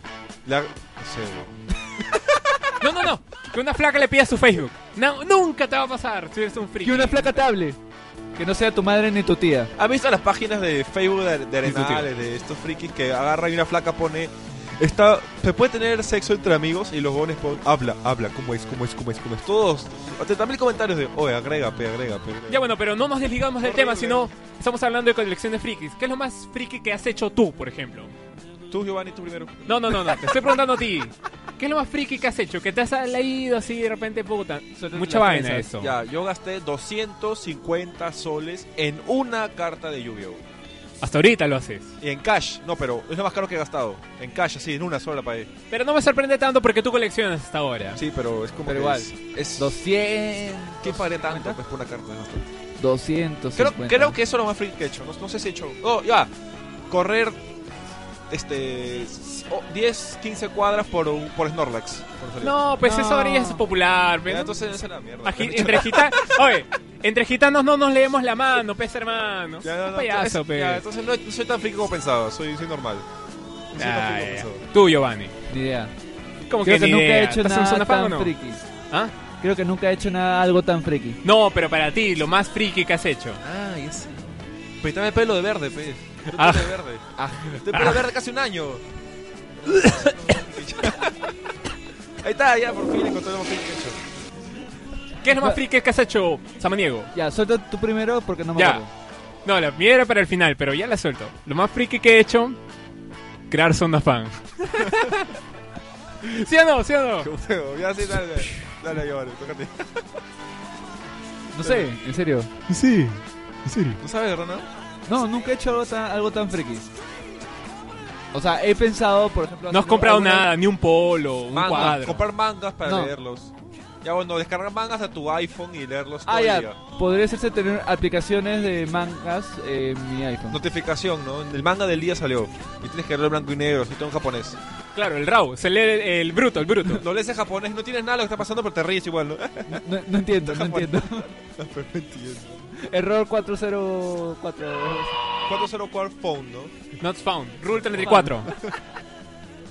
Speaker 2: La... No sé, bro.
Speaker 1: No, no, no. Que una flaca le pida su Facebook. No, nunca te va a pasar si eres un friki.
Speaker 3: Que una flaca te hable. Que no sea tu madre ni tu tía.
Speaker 2: ¿Has visto las páginas de Facebook de, de
Speaker 1: Discutido.
Speaker 2: Arenales, de estos frikis que agarra y una flaca pone... Está, se puede tener sexo entre amigos y los gones ponen... Habla, habla, ¿cómo es, cómo es, cómo es? Todos... Todos... hasta También comentarios de... Oye, agrega, pe, agrega, pe. agrega".
Speaker 1: Ya bueno, pero no nos desligamos del tema, sino estamos hablando de colección de frikis. ¿Qué es lo más friki que has hecho tú, por ejemplo?
Speaker 2: Tú, Giovanni, tú primero.
Speaker 1: No, no, no, no. Te estoy preguntando a ti. ¿Qué es lo más friki que has hecho? Que te has leído así de repente, puta. Mucha
Speaker 3: las
Speaker 1: vaina
Speaker 3: fresas.
Speaker 1: eso.
Speaker 2: Ya, yo gasté 250 soles en una carta de Yu-Gi-Oh!
Speaker 1: Hasta ahorita lo haces.
Speaker 2: Y en cash, no, pero es lo más caro que he gastado. En cash, así, en una sola pagué.
Speaker 1: Pero no me sorprende tanto porque tú coleccionas hasta ahora.
Speaker 2: Sí, pero es como
Speaker 3: Pero
Speaker 2: que
Speaker 3: igual,
Speaker 2: Es, es
Speaker 3: 200.
Speaker 2: ¿Qué pagué tanto? Pues por una carta. es bastante.
Speaker 3: 200.
Speaker 2: Creo, creo que eso es lo más friki que he hecho. No, no sé si he hecho... Oh, ya. Correr este, o- 10, 15 cuadras por, un- por Snorlax. por salir.
Speaker 1: No, pues eso ahora ya es popular.
Speaker 2: Ya,
Speaker 1: pe.
Speaker 2: entonces esa es la mierda.
Speaker 1: Aji- entre, gita- Oye, entre gitanos no nos leemos la mano, pez hermano.
Speaker 2: Ya, no,
Speaker 1: Un
Speaker 2: no,
Speaker 1: payaso,
Speaker 2: entonces-
Speaker 1: pe.
Speaker 2: ya, entonces no, no soy tan friki como pensaba, soy, soy normal. No soy tan
Speaker 1: Ah,
Speaker 2: friki
Speaker 1: ya.
Speaker 2: como pensaba.
Speaker 1: Tú, Giovanni.
Speaker 3: Ni idea.
Speaker 1: Como
Speaker 3: Creo que,
Speaker 1: ni
Speaker 3: nunca
Speaker 1: idea.
Speaker 3: he hecho
Speaker 1: ¿Estás en
Speaker 3: nada
Speaker 1: zona fan o
Speaker 3: tan
Speaker 1: no?
Speaker 3: friki.
Speaker 1: ¿Ah?
Speaker 3: Creo que nunca he hecho nada algo tan friki.
Speaker 1: No, pero para ti, lo más friki que has hecho.
Speaker 2: Ah, ya sé. Pintame el pelo de verde, pe. Yo
Speaker 1: Ah.
Speaker 2: pelo de verde. Estoy pelo de verde casi un año. Ahí está, ya por fin encontré lo que he hecho.
Speaker 1: ¿Qué es lo más friki que has hecho, Samaniego?
Speaker 3: Ya, suelta tú primero porque no me
Speaker 1: Ya.
Speaker 3: acuerdo.
Speaker 1: No, la mía era para el final, pero ya la suelto. Lo más friki que he hecho, crear zona fan. ¿Sí o no? ¿Sí o no?
Speaker 2: Ya sí, dale, dale. Dale, Giovanni, tócate.
Speaker 3: No sé, en serio.
Speaker 4: Sí, en serio.
Speaker 2: ¿Tú sabes, Ronald?
Speaker 3: No, nunca he hecho algo tan, algo tan friki. O sea, he pensado, por ejemplo...
Speaker 1: No has
Speaker 3: hacer
Speaker 1: comprado
Speaker 3: alguna-
Speaker 1: nada, ni un polo, un
Speaker 2: Mangas,
Speaker 1: cuadro.
Speaker 2: comprar mangas para
Speaker 3: No.
Speaker 2: leerlos. Ya bueno, descargar mangas a tu iPhone y leerlos todo
Speaker 3: Ah,
Speaker 2: el
Speaker 3: ya.
Speaker 2: día.
Speaker 3: Podría hacerse tener aplicaciones de mangas eh, en mi iPhone.
Speaker 2: Notificación, ¿no? El manga del día salió. Y tienes que leer blanco y negro, si todo en japonés.
Speaker 1: Claro, el Raw, se lee el, el bruto, el bruto.
Speaker 2: Lo lees en japonés, no tienes nada de lo que está pasando, pero te ríes igual, ¿no?
Speaker 3: No, no entiendo, no entiendo.
Speaker 2: pero no entiendo.
Speaker 3: Error 404.
Speaker 2: 404 phone, ¿no?
Speaker 1: Not found, Rule 34.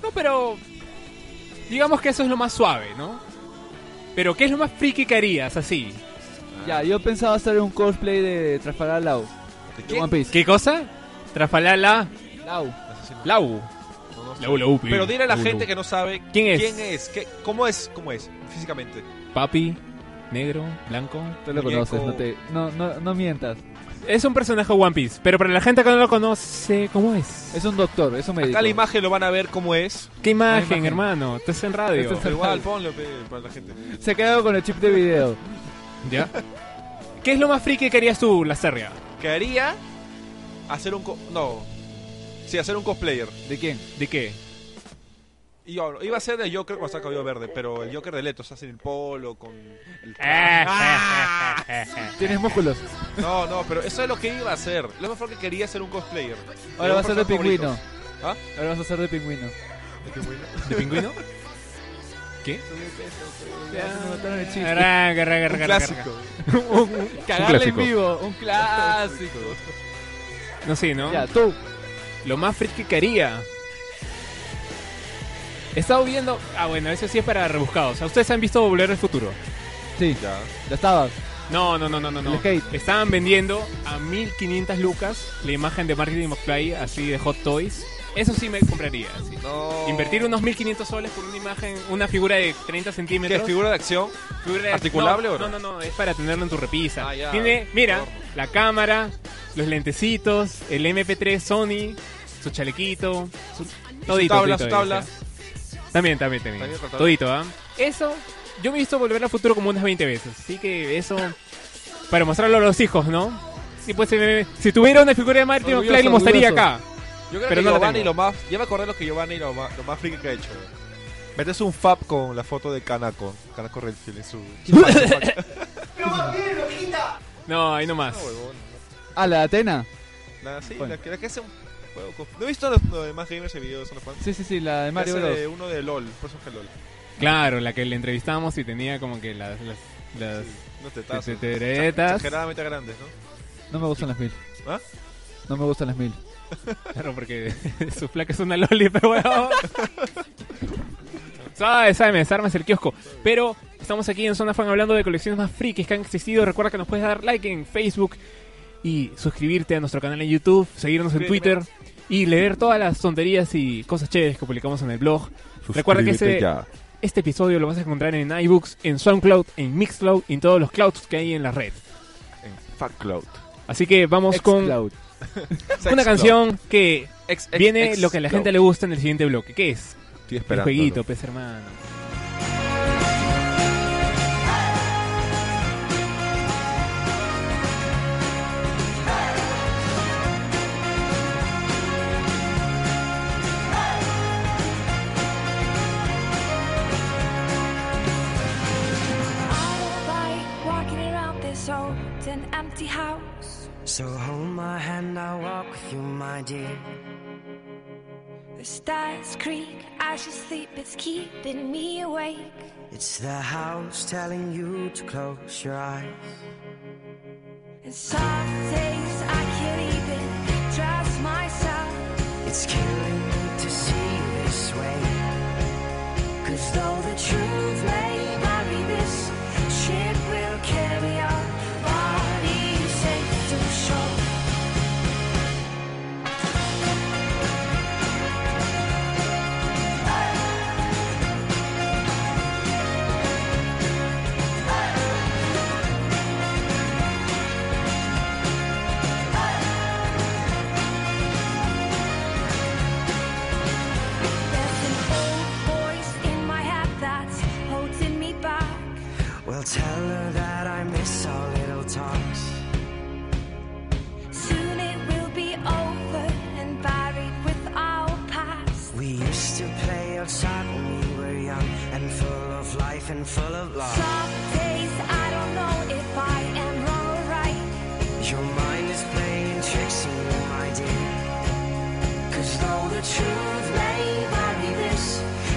Speaker 1: No, pero. Digamos que eso es lo más suave, ¿no? Pero, ¿qué es lo más friki que harías así?
Speaker 3: Ya, yo pensaba hacer un cosplay de Trafalgar Law.
Speaker 2: ¿De
Speaker 3: De One Piece.
Speaker 1: ¿Qué cosa? Trafalala Lau.
Speaker 3: Law.
Speaker 2: No, no sé.
Speaker 1: Lau, Lau, pi.
Speaker 2: Pero dile a la
Speaker 1: Lau,
Speaker 2: gente
Speaker 1: Lau.
Speaker 2: que no sabe
Speaker 1: ¿Quién es?
Speaker 2: quién es, qué- cómo es, cómo es físicamente.
Speaker 1: Papi, negro, blanco.
Speaker 3: Tú lo
Speaker 2: Muñeco.
Speaker 3: conoces, no, te, no, no, no mientas.
Speaker 1: Es un personaje de One Piece, pero para la gente que no lo conoce, ¿cómo es?
Speaker 3: Es un doctor, es un médico.
Speaker 2: Acá la imagen lo van a ver cómo es.
Speaker 1: ¿Qué imagen,
Speaker 3: imagen.
Speaker 1: hermano? Estás en radio.
Speaker 3: Esto
Speaker 2: Pero igual, ponlo pe, para la gente.
Speaker 3: Se ha quedado con el chip de video.
Speaker 1: ¿Ya? ¿Qué es lo más friki que harías tú, la serie?
Speaker 2: ¿Qué haría? Hacer un... co- no. Sí, hacer un cosplayer.
Speaker 3: ¿De quién?
Speaker 1: ¿De qué?
Speaker 2: Y yo, iba a ser el Joker cuando estaba cabello verde, pero el Joker de Leto, o sea, sin el polo, con... el-
Speaker 1: Ah.
Speaker 3: Tienes músculos.
Speaker 2: No, no, pero eso es lo que iba a hacer. Lo mejor que quería hacer un cosplayer.
Speaker 3: Ahora vas a ser de
Speaker 2: ser
Speaker 3: pingüino.
Speaker 2: ¿Ah?
Speaker 3: Ahora vas a ser de pingüino.
Speaker 1: ¿De pingüino? ¿Qué?
Speaker 3: Me mataron el chiste.
Speaker 1: Arranca, arranca,
Speaker 2: Un
Speaker 1: arranca,
Speaker 2: clásico.
Speaker 3: Cagarle en
Speaker 1: clásico.
Speaker 3: vivo. Un clásico.
Speaker 1: arranca. No, sí, ¿no?
Speaker 3: Ya, tú.
Speaker 1: Lo más friki que haría. He estado viendo. Ah, bueno, eso sí es para rebuscados. O sea, ustedes han visto Volver al Futuro.
Speaker 3: Sí,
Speaker 2: Ya.
Speaker 3: ya estabas.
Speaker 1: No, no, no, no, no. no.
Speaker 3: El skate.
Speaker 1: Estaban vendiendo a 1500 lucas la imagen de Marketing McFly, así de Hot Toys. Eso sí me compraría. sí.
Speaker 2: No.
Speaker 1: Invertir unos 1500 soles por una imagen, una figura de 30
Speaker 2: ¿Qué,
Speaker 1: centímetros.
Speaker 2: figura de acción?
Speaker 1: Figura de-
Speaker 2: ¿Articulable
Speaker 1: no,
Speaker 2: o no?
Speaker 1: No, no, no, es para tenerlo en tu repisa.
Speaker 2: Ah, ya.
Speaker 1: Tiene, mira,
Speaker 2: Adorno.
Speaker 1: la cámara, los lentecitos, el MP3 Sony, su chalequito, su, todito. todito, o
Speaker 2: tabla, su
Speaker 1: sea.
Speaker 2: tabla.
Speaker 1: También, también, también.
Speaker 2: También cortado.
Speaker 1: Todito, ¿ah? Eso, yo me he visto volver al futuro como unas 20 veces. Así que eso, para mostrarlo a los hijos, ¿no? Sí, pues, si, me- si tuviera una figura de Martin
Speaker 3: Orgulloso,
Speaker 1: McFly, le mostraría
Speaker 3: orgulloso.
Speaker 1: acá.
Speaker 2: Yo creo
Speaker 1: Pero
Speaker 2: que
Speaker 1: no la
Speaker 2: Giovanni
Speaker 1: tengo.
Speaker 2: lo más. Ya me acordé lo que Giovanni lo más, lo más friki que ha hecho. Metes un fab con la foto de Kanako. Kanako Redfield en su.
Speaker 1: No, ahí
Speaker 2: Ah,
Speaker 1: nomás.
Speaker 3: Ah, la de Atena.
Speaker 2: la, sí,
Speaker 3: Bueno.
Speaker 2: la, que- la que hace un juego. con- No he visto los, los demás gamers de videos, son los fans.
Speaker 3: Sí, sí, sí, la de
Speaker 2: Que hace
Speaker 3: Mario Bros.
Speaker 2: de uno de LOL, por eso es que LOL.
Speaker 1: Claro, la que le entrevistamos y tenía como que las... las, las
Speaker 2: No te estás.
Speaker 1: teteretas.
Speaker 2: Exageradamente grandes, ¿no?
Speaker 3: No me gustan las mil.
Speaker 2: ¿Ah?
Speaker 3: No me gustan las mil.
Speaker 1: Claro, porque su placa es una loli, pero bueno. Sabe, sabe, me desarmas el kiosco. Pero estamos aquí en Zona Fan hablando de colecciones más frikis que han existido. Recuerda que nos puedes dar like en Facebook y suscribirte a nuestro canal en YouTube, seguirnos en Twitter y leer todas las tonterías y cosas chéveres que publicamos en el blog. Recuerda que ese-
Speaker 4: Ya.
Speaker 1: Este episodio lo vas a encontrar en iBooks, en SoundCloud, en Mixcloud y en todos los clouds que hay en la red.
Speaker 4: En Fuck Cloud.
Speaker 1: Así que vamos con
Speaker 3: Xcloud.
Speaker 1: una canción que
Speaker 2: Ex- ex-
Speaker 1: viene
Speaker 2: ex-
Speaker 1: lo que a la gente le gusta en el siguiente bloque. ¿Qué es?
Speaker 4: Estoy
Speaker 1: El
Speaker 4: esperando.
Speaker 1: jueguito, pez hermano.
Speaker 7: like walking around this old and empty house.
Speaker 8: So hold my hand, I'll walk with you, my dear.
Speaker 7: the stars creak. I should sleep, it's keeping me awake.
Speaker 8: It's the house telling you to close your eyes.
Speaker 7: And some days I can't even trust myself.
Speaker 8: It's killing me to see you this way.
Speaker 7: Cause though the truth may bury this, shit will carry our bodies safe to shore. There's an old voice in my head that's holding me back.
Speaker 8: Well, tell her that I miss our little talks.
Speaker 7: Soon it will be over and buried with our past.
Speaker 8: We used to play outside when we were young and full of life and full of love.
Speaker 7: Some days I don't know if I am wrong or right.
Speaker 8: Your mind is playing tricks on you, my dear.
Speaker 7: Cause though the truth may bury this,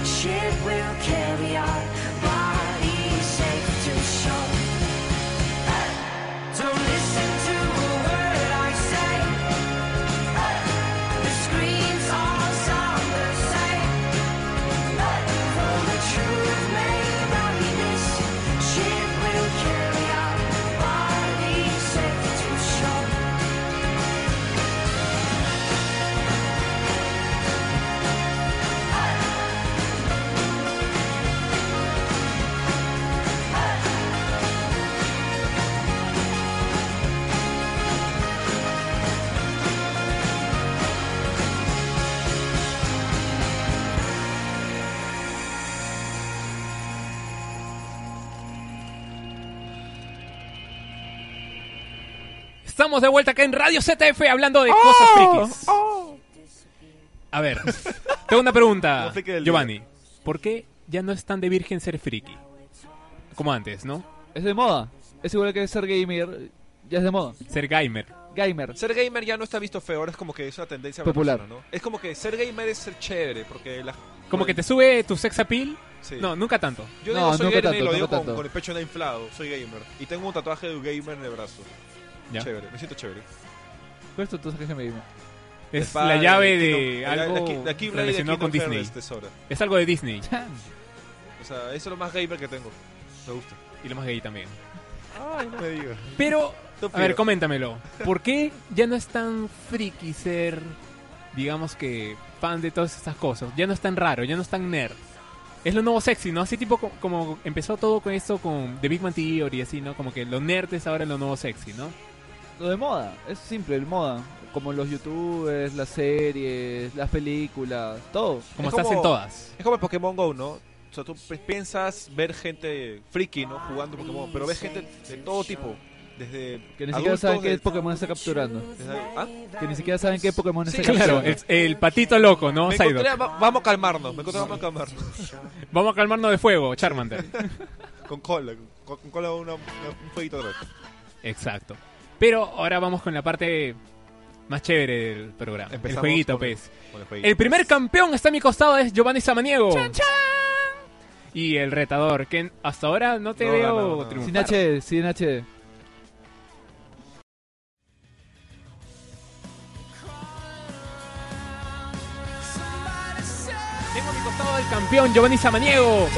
Speaker 7: shit will carry our bodies safe to shore.
Speaker 8: Don't listen to a word I say.
Speaker 7: The screams all sound the same.
Speaker 8: Though the truth may bury this,
Speaker 7: Shit will carry our bodies safe to shore.
Speaker 1: Estamos de vuelta acá en Radio ZF hablando de cosas frikis. A ver, tengo una pregunta,
Speaker 2: No sé qué del
Speaker 1: Giovanni. ¿Por qué ya no es tan de virgen ser friki? Como antes, ¿no?
Speaker 3: Es de moda. Es igual que ser gamer. Ya es de moda.
Speaker 1: Ser gamer.
Speaker 3: Gamer.
Speaker 2: Ser gamer ya no está visto feo, ahora es como que es una tendencia
Speaker 3: Popular.
Speaker 2: venezolana, ¿no? Es como que ser gamer es ser chévere, porque la...
Speaker 1: Como que te sube tu sex appeal.
Speaker 2: Sí.
Speaker 1: No, nunca tanto.
Speaker 2: Yo
Speaker 3: No,
Speaker 2: digo soy gamer y
Speaker 3: nunca tanto,
Speaker 2: lo digo
Speaker 3: nunca
Speaker 2: con,
Speaker 3: tanto.
Speaker 2: con el pecho nada inflado, soy gamer. Y tengo un tatuaje de un gamer en el brazo.
Speaker 1: Ya.
Speaker 2: Chévere, me siento chévere.
Speaker 3: ¿Cuál es tu tatuaje gamer?
Speaker 1: Es
Speaker 2: Espada
Speaker 1: la llave
Speaker 2: Kingdom-
Speaker 1: de
Speaker 2: la- la
Speaker 1: algo
Speaker 2: Ki- la Keyblade de
Speaker 1: relacionado con
Speaker 2: Kingdom
Speaker 1: Disney.
Speaker 2: Hearts Tesora.
Speaker 1: Es algo de Disney.
Speaker 3: Chan.
Speaker 2: O sea, eso es lo más gamer que tengo. Me gusta.
Speaker 1: Y lo más gay también.
Speaker 2: Ay, no me digas.
Speaker 1: Pero, a ver, coméntamelo. ¿Por qué ya no es tan friki ser, digamos que, fan de todas estas cosas? Ya no es tan raro, ya no es tan nerd. Es lo nuevo sexy, ¿no? Así tipo co- como empezó todo con esto con The Big Man Theory, así, ¿no? Como que lo nerd es ahora lo nuevo sexy, ¿no?
Speaker 3: Lo de moda. Es simple, el moda. Como los youtubers, las series, las películas, todo.
Speaker 1: Como
Speaker 2: Es
Speaker 1: estás
Speaker 2: como-
Speaker 1: en todas.
Speaker 2: Es como el Pokémon Go, ¿no? O sea, tú pi- piensas ver gente friki, ¿no? Jugando Pokémon, pero ves gente de todo tipo. Desde
Speaker 3: Que ni siquiera
Speaker 2: adultos,
Speaker 3: saben qué
Speaker 2: de-
Speaker 3: Pokémon está capturando.
Speaker 2: desde- ¿Ah?
Speaker 3: Que ni siquiera saben qué Pokémon
Speaker 2: Sí,
Speaker 3: está
Speaker 1: Claro,
Speaker 3: capturando.
Speaker 1: el, el patito loco, ¿no?
Speaker 2: Me
Speaker 1: Psyduck.
Speaker 2: encontré a- va- vamos a calmarnos, me encontré a- vamos a calmarnos.
Speaker 1: Vamos a calmarnos de fuego, Charmander.
Speaker 2: Con cola, con, con cola una- una- un fueguito atrás.
Speaker 1: Exacto. Pero ahora vamos con la parte más chévere del programa.
Speaker 2: Empezamos
Speaker 1: el jueguito,
Speaker 2: con-
Speaker 1: pues.
Speaker 2: Con el fueguito.
Speaker 1: El primer campeón está a mi costado es Giovanni Samaniego. Y el retador, que hasta ahora no te
Speaker 2: No,
Speaker 1: veo
Speaker 2: no, no, no.
Speaker 3: Sin
Speaker 1: triunfar.
Speaker 3: HD, sin HD.
Speaker 1: Tengo a mi costado el campeón Giovanni Samaniego.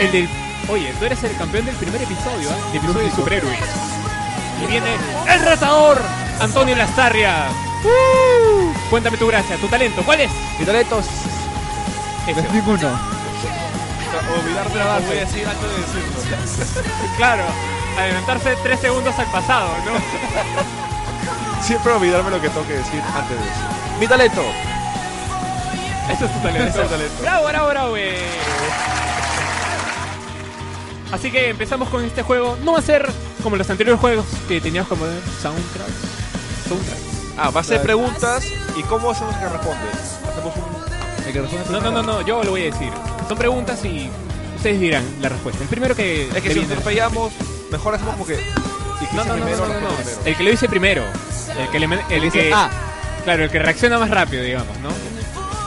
Speaker 1: El del... Oye, tú eres el campeón del primer episodio, ¿ah? De episodio de superhéroes. Y viene el retador, Antonio Lastarria. ¡Uh! Cuéntame tu gracia, tu talento, ¿cuál es?
Speaker 3: ¿Qué talentos?
Speaker 1: Eso.
Speaker 3: Ninguno.
Speaker 2: Olvidar de la base. Voy a decir antes de decirlo.
Speaker 1: Claro, adelantarse tres segundos al pasado, ¿no?
Speaker 2: Siempre olvidarme lo que tengo que decir antes de decirlo. Mi talento.
Speaker 1: Eso es tu talento.
Speaker 2: Eso es talento.
Speaker 1: Bravo, bravo, bravo, eh. güey. Así que empezamos con este juego. No va a ser como los anteriores juegos que teníamos como de soundtrack. Soundtrack.
Speaker 2: Ah, va a ser preguntas y cómo hacemos que responde. Hacemos un.
Speaker 3: El que responde
Speaker 1: No, no, no, no, yo lo voy a decir. Son preguntas y ustedes dirán la respuesta. El primero que.
Speaker 2: Es que
Speaker 1: le
Speaker 2: si
Speaker 1: viene-
Speaker 2: atropellamos, mejor hacemos como que. Y
Speaker 1: no, no, no,
Speaker 2: primero,
Speaker 1: no, no, no.
Speaker 2: responde primero.
Speaker 1: El que lo dice primero. El que le- el
Speaker 3: dice,
Speaker 1: que-
Speaker 3: "Ah".
Speaker 1: Claro, el que reacciona más rápido, digamos, ¿no?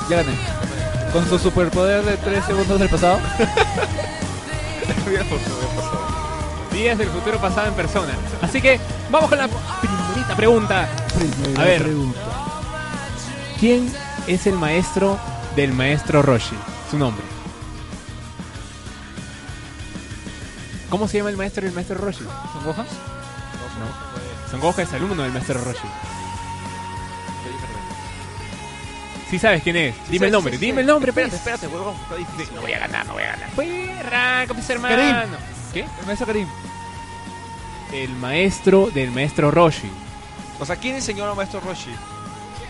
Speaker 3: Ya gané. Con su superpoder de 3 segundos del pasado.
Speaker 1: Días del futuro pasado en persona. Así que vamos con la primerita pregunta. A ver. ¿Quién es el maestro del maestro Roshi? Su nombre. ¿Cómo se llama el maestro del maestro Roshi?
Speaker 3: ¿Son Gohan?
Speaker 1: Son Gohan es alumno del maestro Roshi. Si sabes quién es, dime el nombre, dime el nombre,
Speaker 2: Espérate,
Speaker 1: pues.
Speaker 2: espérate, huevón. Está difícil.
Speaker 1: No voy a ganar, no voy a ganar. Perra, con mis hermanos.
Speaker 3: Karim.
Speaker 1: ¿Qué?
Speaker 3: El maestro Karim.
Speaker 1: El maestro del maestro Roshi.
Speaker 2: O sea, ¿quién enseñó al maestro Roshi?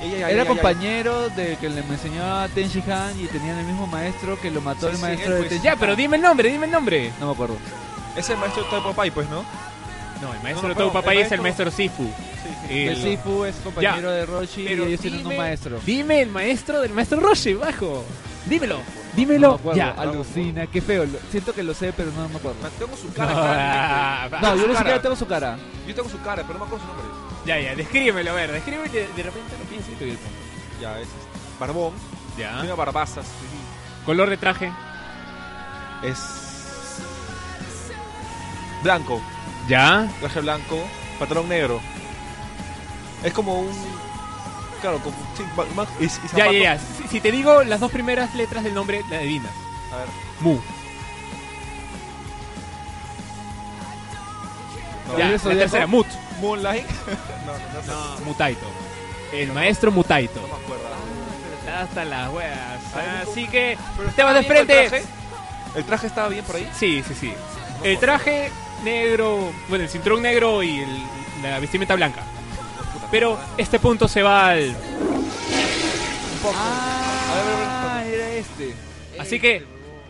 Speaker 2: Ella, ella,
Speaker 3: Era
Speaker 2: ella,
Speaker 3: compañero del que le enseñaba a Tenshi Han y tenían el mismo maestro que lo mató
Speaker 2: Sí,
Speaker 3: el
Speaker 2: sí,
Speaker 3: maestro
Speaker 2: él
Speaker 3: de
Speaker 2: fue-
Speaker 3: Tenshi
Speaker 1: Ya, pero
Speaker 3: Han.
Speaker 1: dime el nombre, dime el nombre.
Speaker 3: Ah. No me acuerdo.
Speaker 2: ella. Es el maestro de Papai, pues, ¿no?
Speaker 1: No, el
Speaker 2: No,
Speaker 1: maestro
Speaker 2: no,
Speaker 1: de todo
Speaker 2: pero
Speaker 1: papá
Speaker 2: el
Speaker 1: es el
Speaker 2: maestro-
Speaker 1: maestro Sifu.
Speaker 3: El
Speaker 1: El-
Speaker 3: Sifu es compañero de Roshi y
Speaker 1: Pero
Speaker 3: ellos tienen un
Speaker 1: dime-
Speaker 3: maestro.
Speaker 1: Dime el maestro del maestro Roshi, bajo. Dímelo,
Speaker 3: No me
Speaker 1: dímelo.
Speaker 3: acuerdo.
Speaker 1: ya.
Speaker 3: Alucina, qué feo. Lo- Siento que lo sé, pero no me acuerdo.
Speaker 2: Me- Tengo su cara. cara.
Speaker 1: Ah, va.
Speaker 3: No, yo
Speaker 2: su
Speaker 3: ni siquiera
Speaker 2: cara.
Speaker 3: tengo su cara.
Speaker 2: Yo tengo su cara, pero no me acuerdo su nombre.
Speaker 1: Ya, ya, descríbemelo, a ver, descríbeme que de repente lo pienso y te doy el punto.
Speaker 2: Ya, es este. Barbón. Tiene
Speaker 1: Ya.
Speaker 2: barbazas.
Speaker 1: Color de traje.
Speaker 2: Es... Blanco.
Speaker 1: Ya.
Speaker 2: traje blanco, pantalón negro. Es como un. Claro, como. Sí, ba- ba- y- y
Speaker 1: Ya,
Speaker 2: zapato.
Speaker 1: ya, ya. Si, si te digo las dos primeras letras del nombre, la adivinas.
Speaker 2: A ver.
Speaker 1: Mu.
Speaker 2: No.
Speaker 1: Ya, la
Speaker 3: ¿Eres zodiaco?
Speaker 1: tercera, Mut.
Speaker 2: Moonlight. no, no, no, sé.
Speaker 1: Mutaito. El maestro Mutaito.
Speaker 2: No me acuerdo.
Speaker 1: Está hasta las weas.
Speaker 2: Ay,
Speaker 1: Así que
Speaker 2: Pero
Speaker 1: te vas de
Speaker 2: estaba bien
Speaker 1: frente.
Speaker 2: El traje, El traje estaba bien por ahí.
Speaker 1: Sí, sí, sí. El traje negro, bueno, el cinturón negro y el- la vestimenta blanca. Pero este punto se va al...
Speaker 3: Ah, era este.
Speaker 1: Así que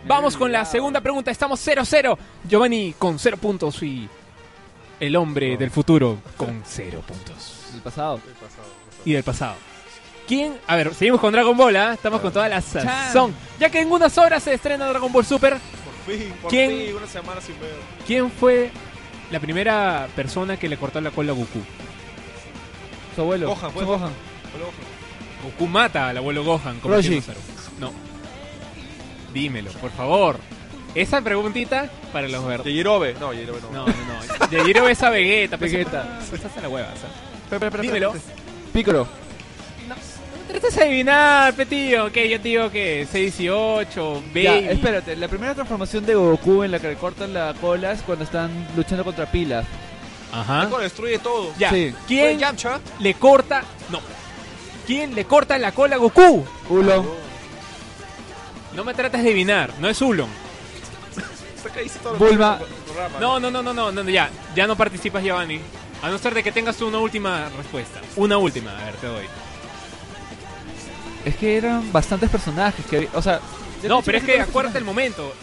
Speaker 1: vamos con la segunda pregunta. Estamos 0-0. Giovanni con 0 puntos y el hombre del futuro con 0 puntos.
Speaker 3: El pasado.
Speaker 1: Y del pasado. ¿Quién? A ver, seguimos con Dragon Ball, ¿ah? Estamos con toda la sazón. Ya que en unas horas se estrena Dragon Ball Super,
Speaker 2: Por fin, por
Speaker 1: ¿Quién?
Speaker 2: fin, una semana sin ver.
Speaker 1: ¿quién fue la primera persona que le cortó la cola a Goku?
Speaker 3: Su abuelo.
Speaker 2: Gohan,
Speaker 1: pues.
Speaker 2: fue
Speaker 3: Su Gohan.
Speaker 2: Hola, ojo.
Speaker 1: Goku mata al abuelo Gohan convirtiéndose en un No. Dímelo, por favor. Esa preguntita para los verdes.
Speaker 2: Yajirobe. No, Yajirobe no.
Speaker 1: No, no, no. Yajiro ves a Vegeta. pues,
Speaker 3: Vegeta.
Speaker 1: Estás en la hueva, ¿sabes?
Speaker 2: Espera, espera, espera,
Speaker 1: Dímelo.
Speaker 2: espera.
Speaker 3: Piccolo.
Speaker 1: No, no trates de adivinar, pe, tío. Que yo te digo que 6 y 8, baby.
Speaker 3: Ya, espérate, la primera transformación de Goku en la que le cortan la cola es cuando están luchando contra pilas.
Speaker 1: Ajá.
Speaker 2: Goku destruye todo.
Speaker 1: Ya.
Speaker 3: Sí.
Speaker 2: Fue
Speaker 1: ¿Quién
Speaker 2: Yamcha.
Speaker 1: le corta? No. ¿Quién le corta la cola a Goku? Ah,
Speaker 3: Ulo.
Speaker 1: No me trates de adivinar. No es Ulon.
Speaker 2: Saca ahí todo el
Speaker 3: Bulma.
Speaker 2: programa.
Speaker 1: No, no, no, no, no, no, ya, ya no participas, Giovanni. A no ser de que tengas tú una última respuesta. Una última, a ver, te doy.
Speaker 3: Es que eran bastantes personajes que había- O sea. ya
Speaker 1: No,
Speaker 3: te
Speaker 1: pero es
Speaker 3: dije
Speaker 1: que
Speaker 3: todos los
Speaker 1: acuérdate el momento.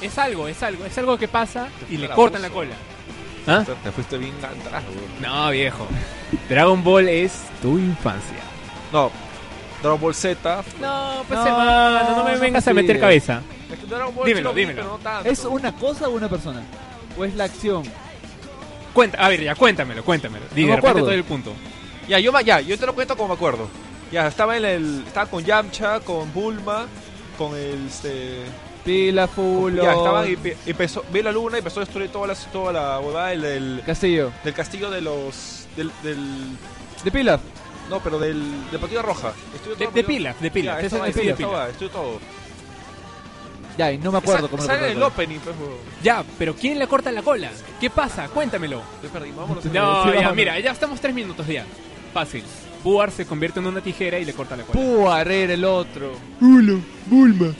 Speaker 1: Es algo, es algo, es algo que pasa y le
Speaker 2: Para
Speaker 1: cortan la
Speaker 2: abuso.
Speaker 1: cola. ¿Ah?
Speaker 2: Te fuiste bien atrás, weón.
Speaker 1: No, viejo. Dragon Ball es tu infancia.
Speaker 2: No. Dragon Ball Z.
Speaker 1: No, pues
Speaker 3: No,
Speaker 1: hermano, no me
Speaker 3: no
Speaker 1: vengas a
Speaker 3: fastidies.
Speaker 1: meter cabeza.
Speaker 2: Es que Dragon Ball
Speaker 1: Dímelo,
Speaker 2: sí lo vi,
Speaker 1: dímelo.
Speaker 2: pero no
Speaker 3: personajes.
Speaker 2: tanto.
Speaker 3: ¿Es una cosa o una persona? ¿O es la acción?
Speaker 1: Cuenta, a ver, ya cuéntamelo, cuéntamelo. Di, de
Speaker 3: No me
Speaker 1: repente
Speaker 3: acuerdo.
Speaker 1: todo el punto.
Speaker 2: Ya, yo, ma- ya, yo te lo cuento como me acuerdo. Ya, estaba en el. Estaba con Yamcha, con Bulma, con el. Este,
Speaker 3: Pila, Fulo.
Speaker 2: ya, estaban y, pe- y empezó. Vi la luna y empezó a destruir toda la, toda la huevada del, del,
Speaker 3: Castillo.
Speaker 2: del castillo de los. Del, del-
Speaker 3: De Pila.
Speaker 2: No, pero del. De Patilla Roja. Destruyó
Speaker 1: De,
Speaker 2: todo
Speaker 1: de
Speaker 2: Patilla-
Speaker 1: pilas, de pilas.
Speaker 2: Ya,
Speaker 1: Ese
Speaker 2: esa
Speaker 1: es
Speaker 2: vaina,
Speaker 1: el
Speaker 2: sí,
Speaker 1: de
Speaker 2: esa
Speaker 1: pilas.
Speaker 2: vaina, destruyó todo.
Speaker 3: Ya, y no me acuerdo
Speaker 2: Sa-
Speaker 3: cómo
Speaker 2: Sale en el
Speaker 3: lo
Speaker 2: opening, pues, huevón.
Speaker 1: Ya, pero ¿quién le corta la cola? ¿Qué pasa? Cuéntamelo.
Speaker 2: Yo perdí, vámonos.
Speaker 1: No,
Speaker 3: Sí,
Speaker 1: ya,
Speaker 3: vámonos.
Speaker 1: mira, ya estamos tres minutos ya. Fácil. Buar se convierte en una tijera y le corta la cola.
Speaker 3: Puar era el otro.
Speaker 4: Ulo, Bulma.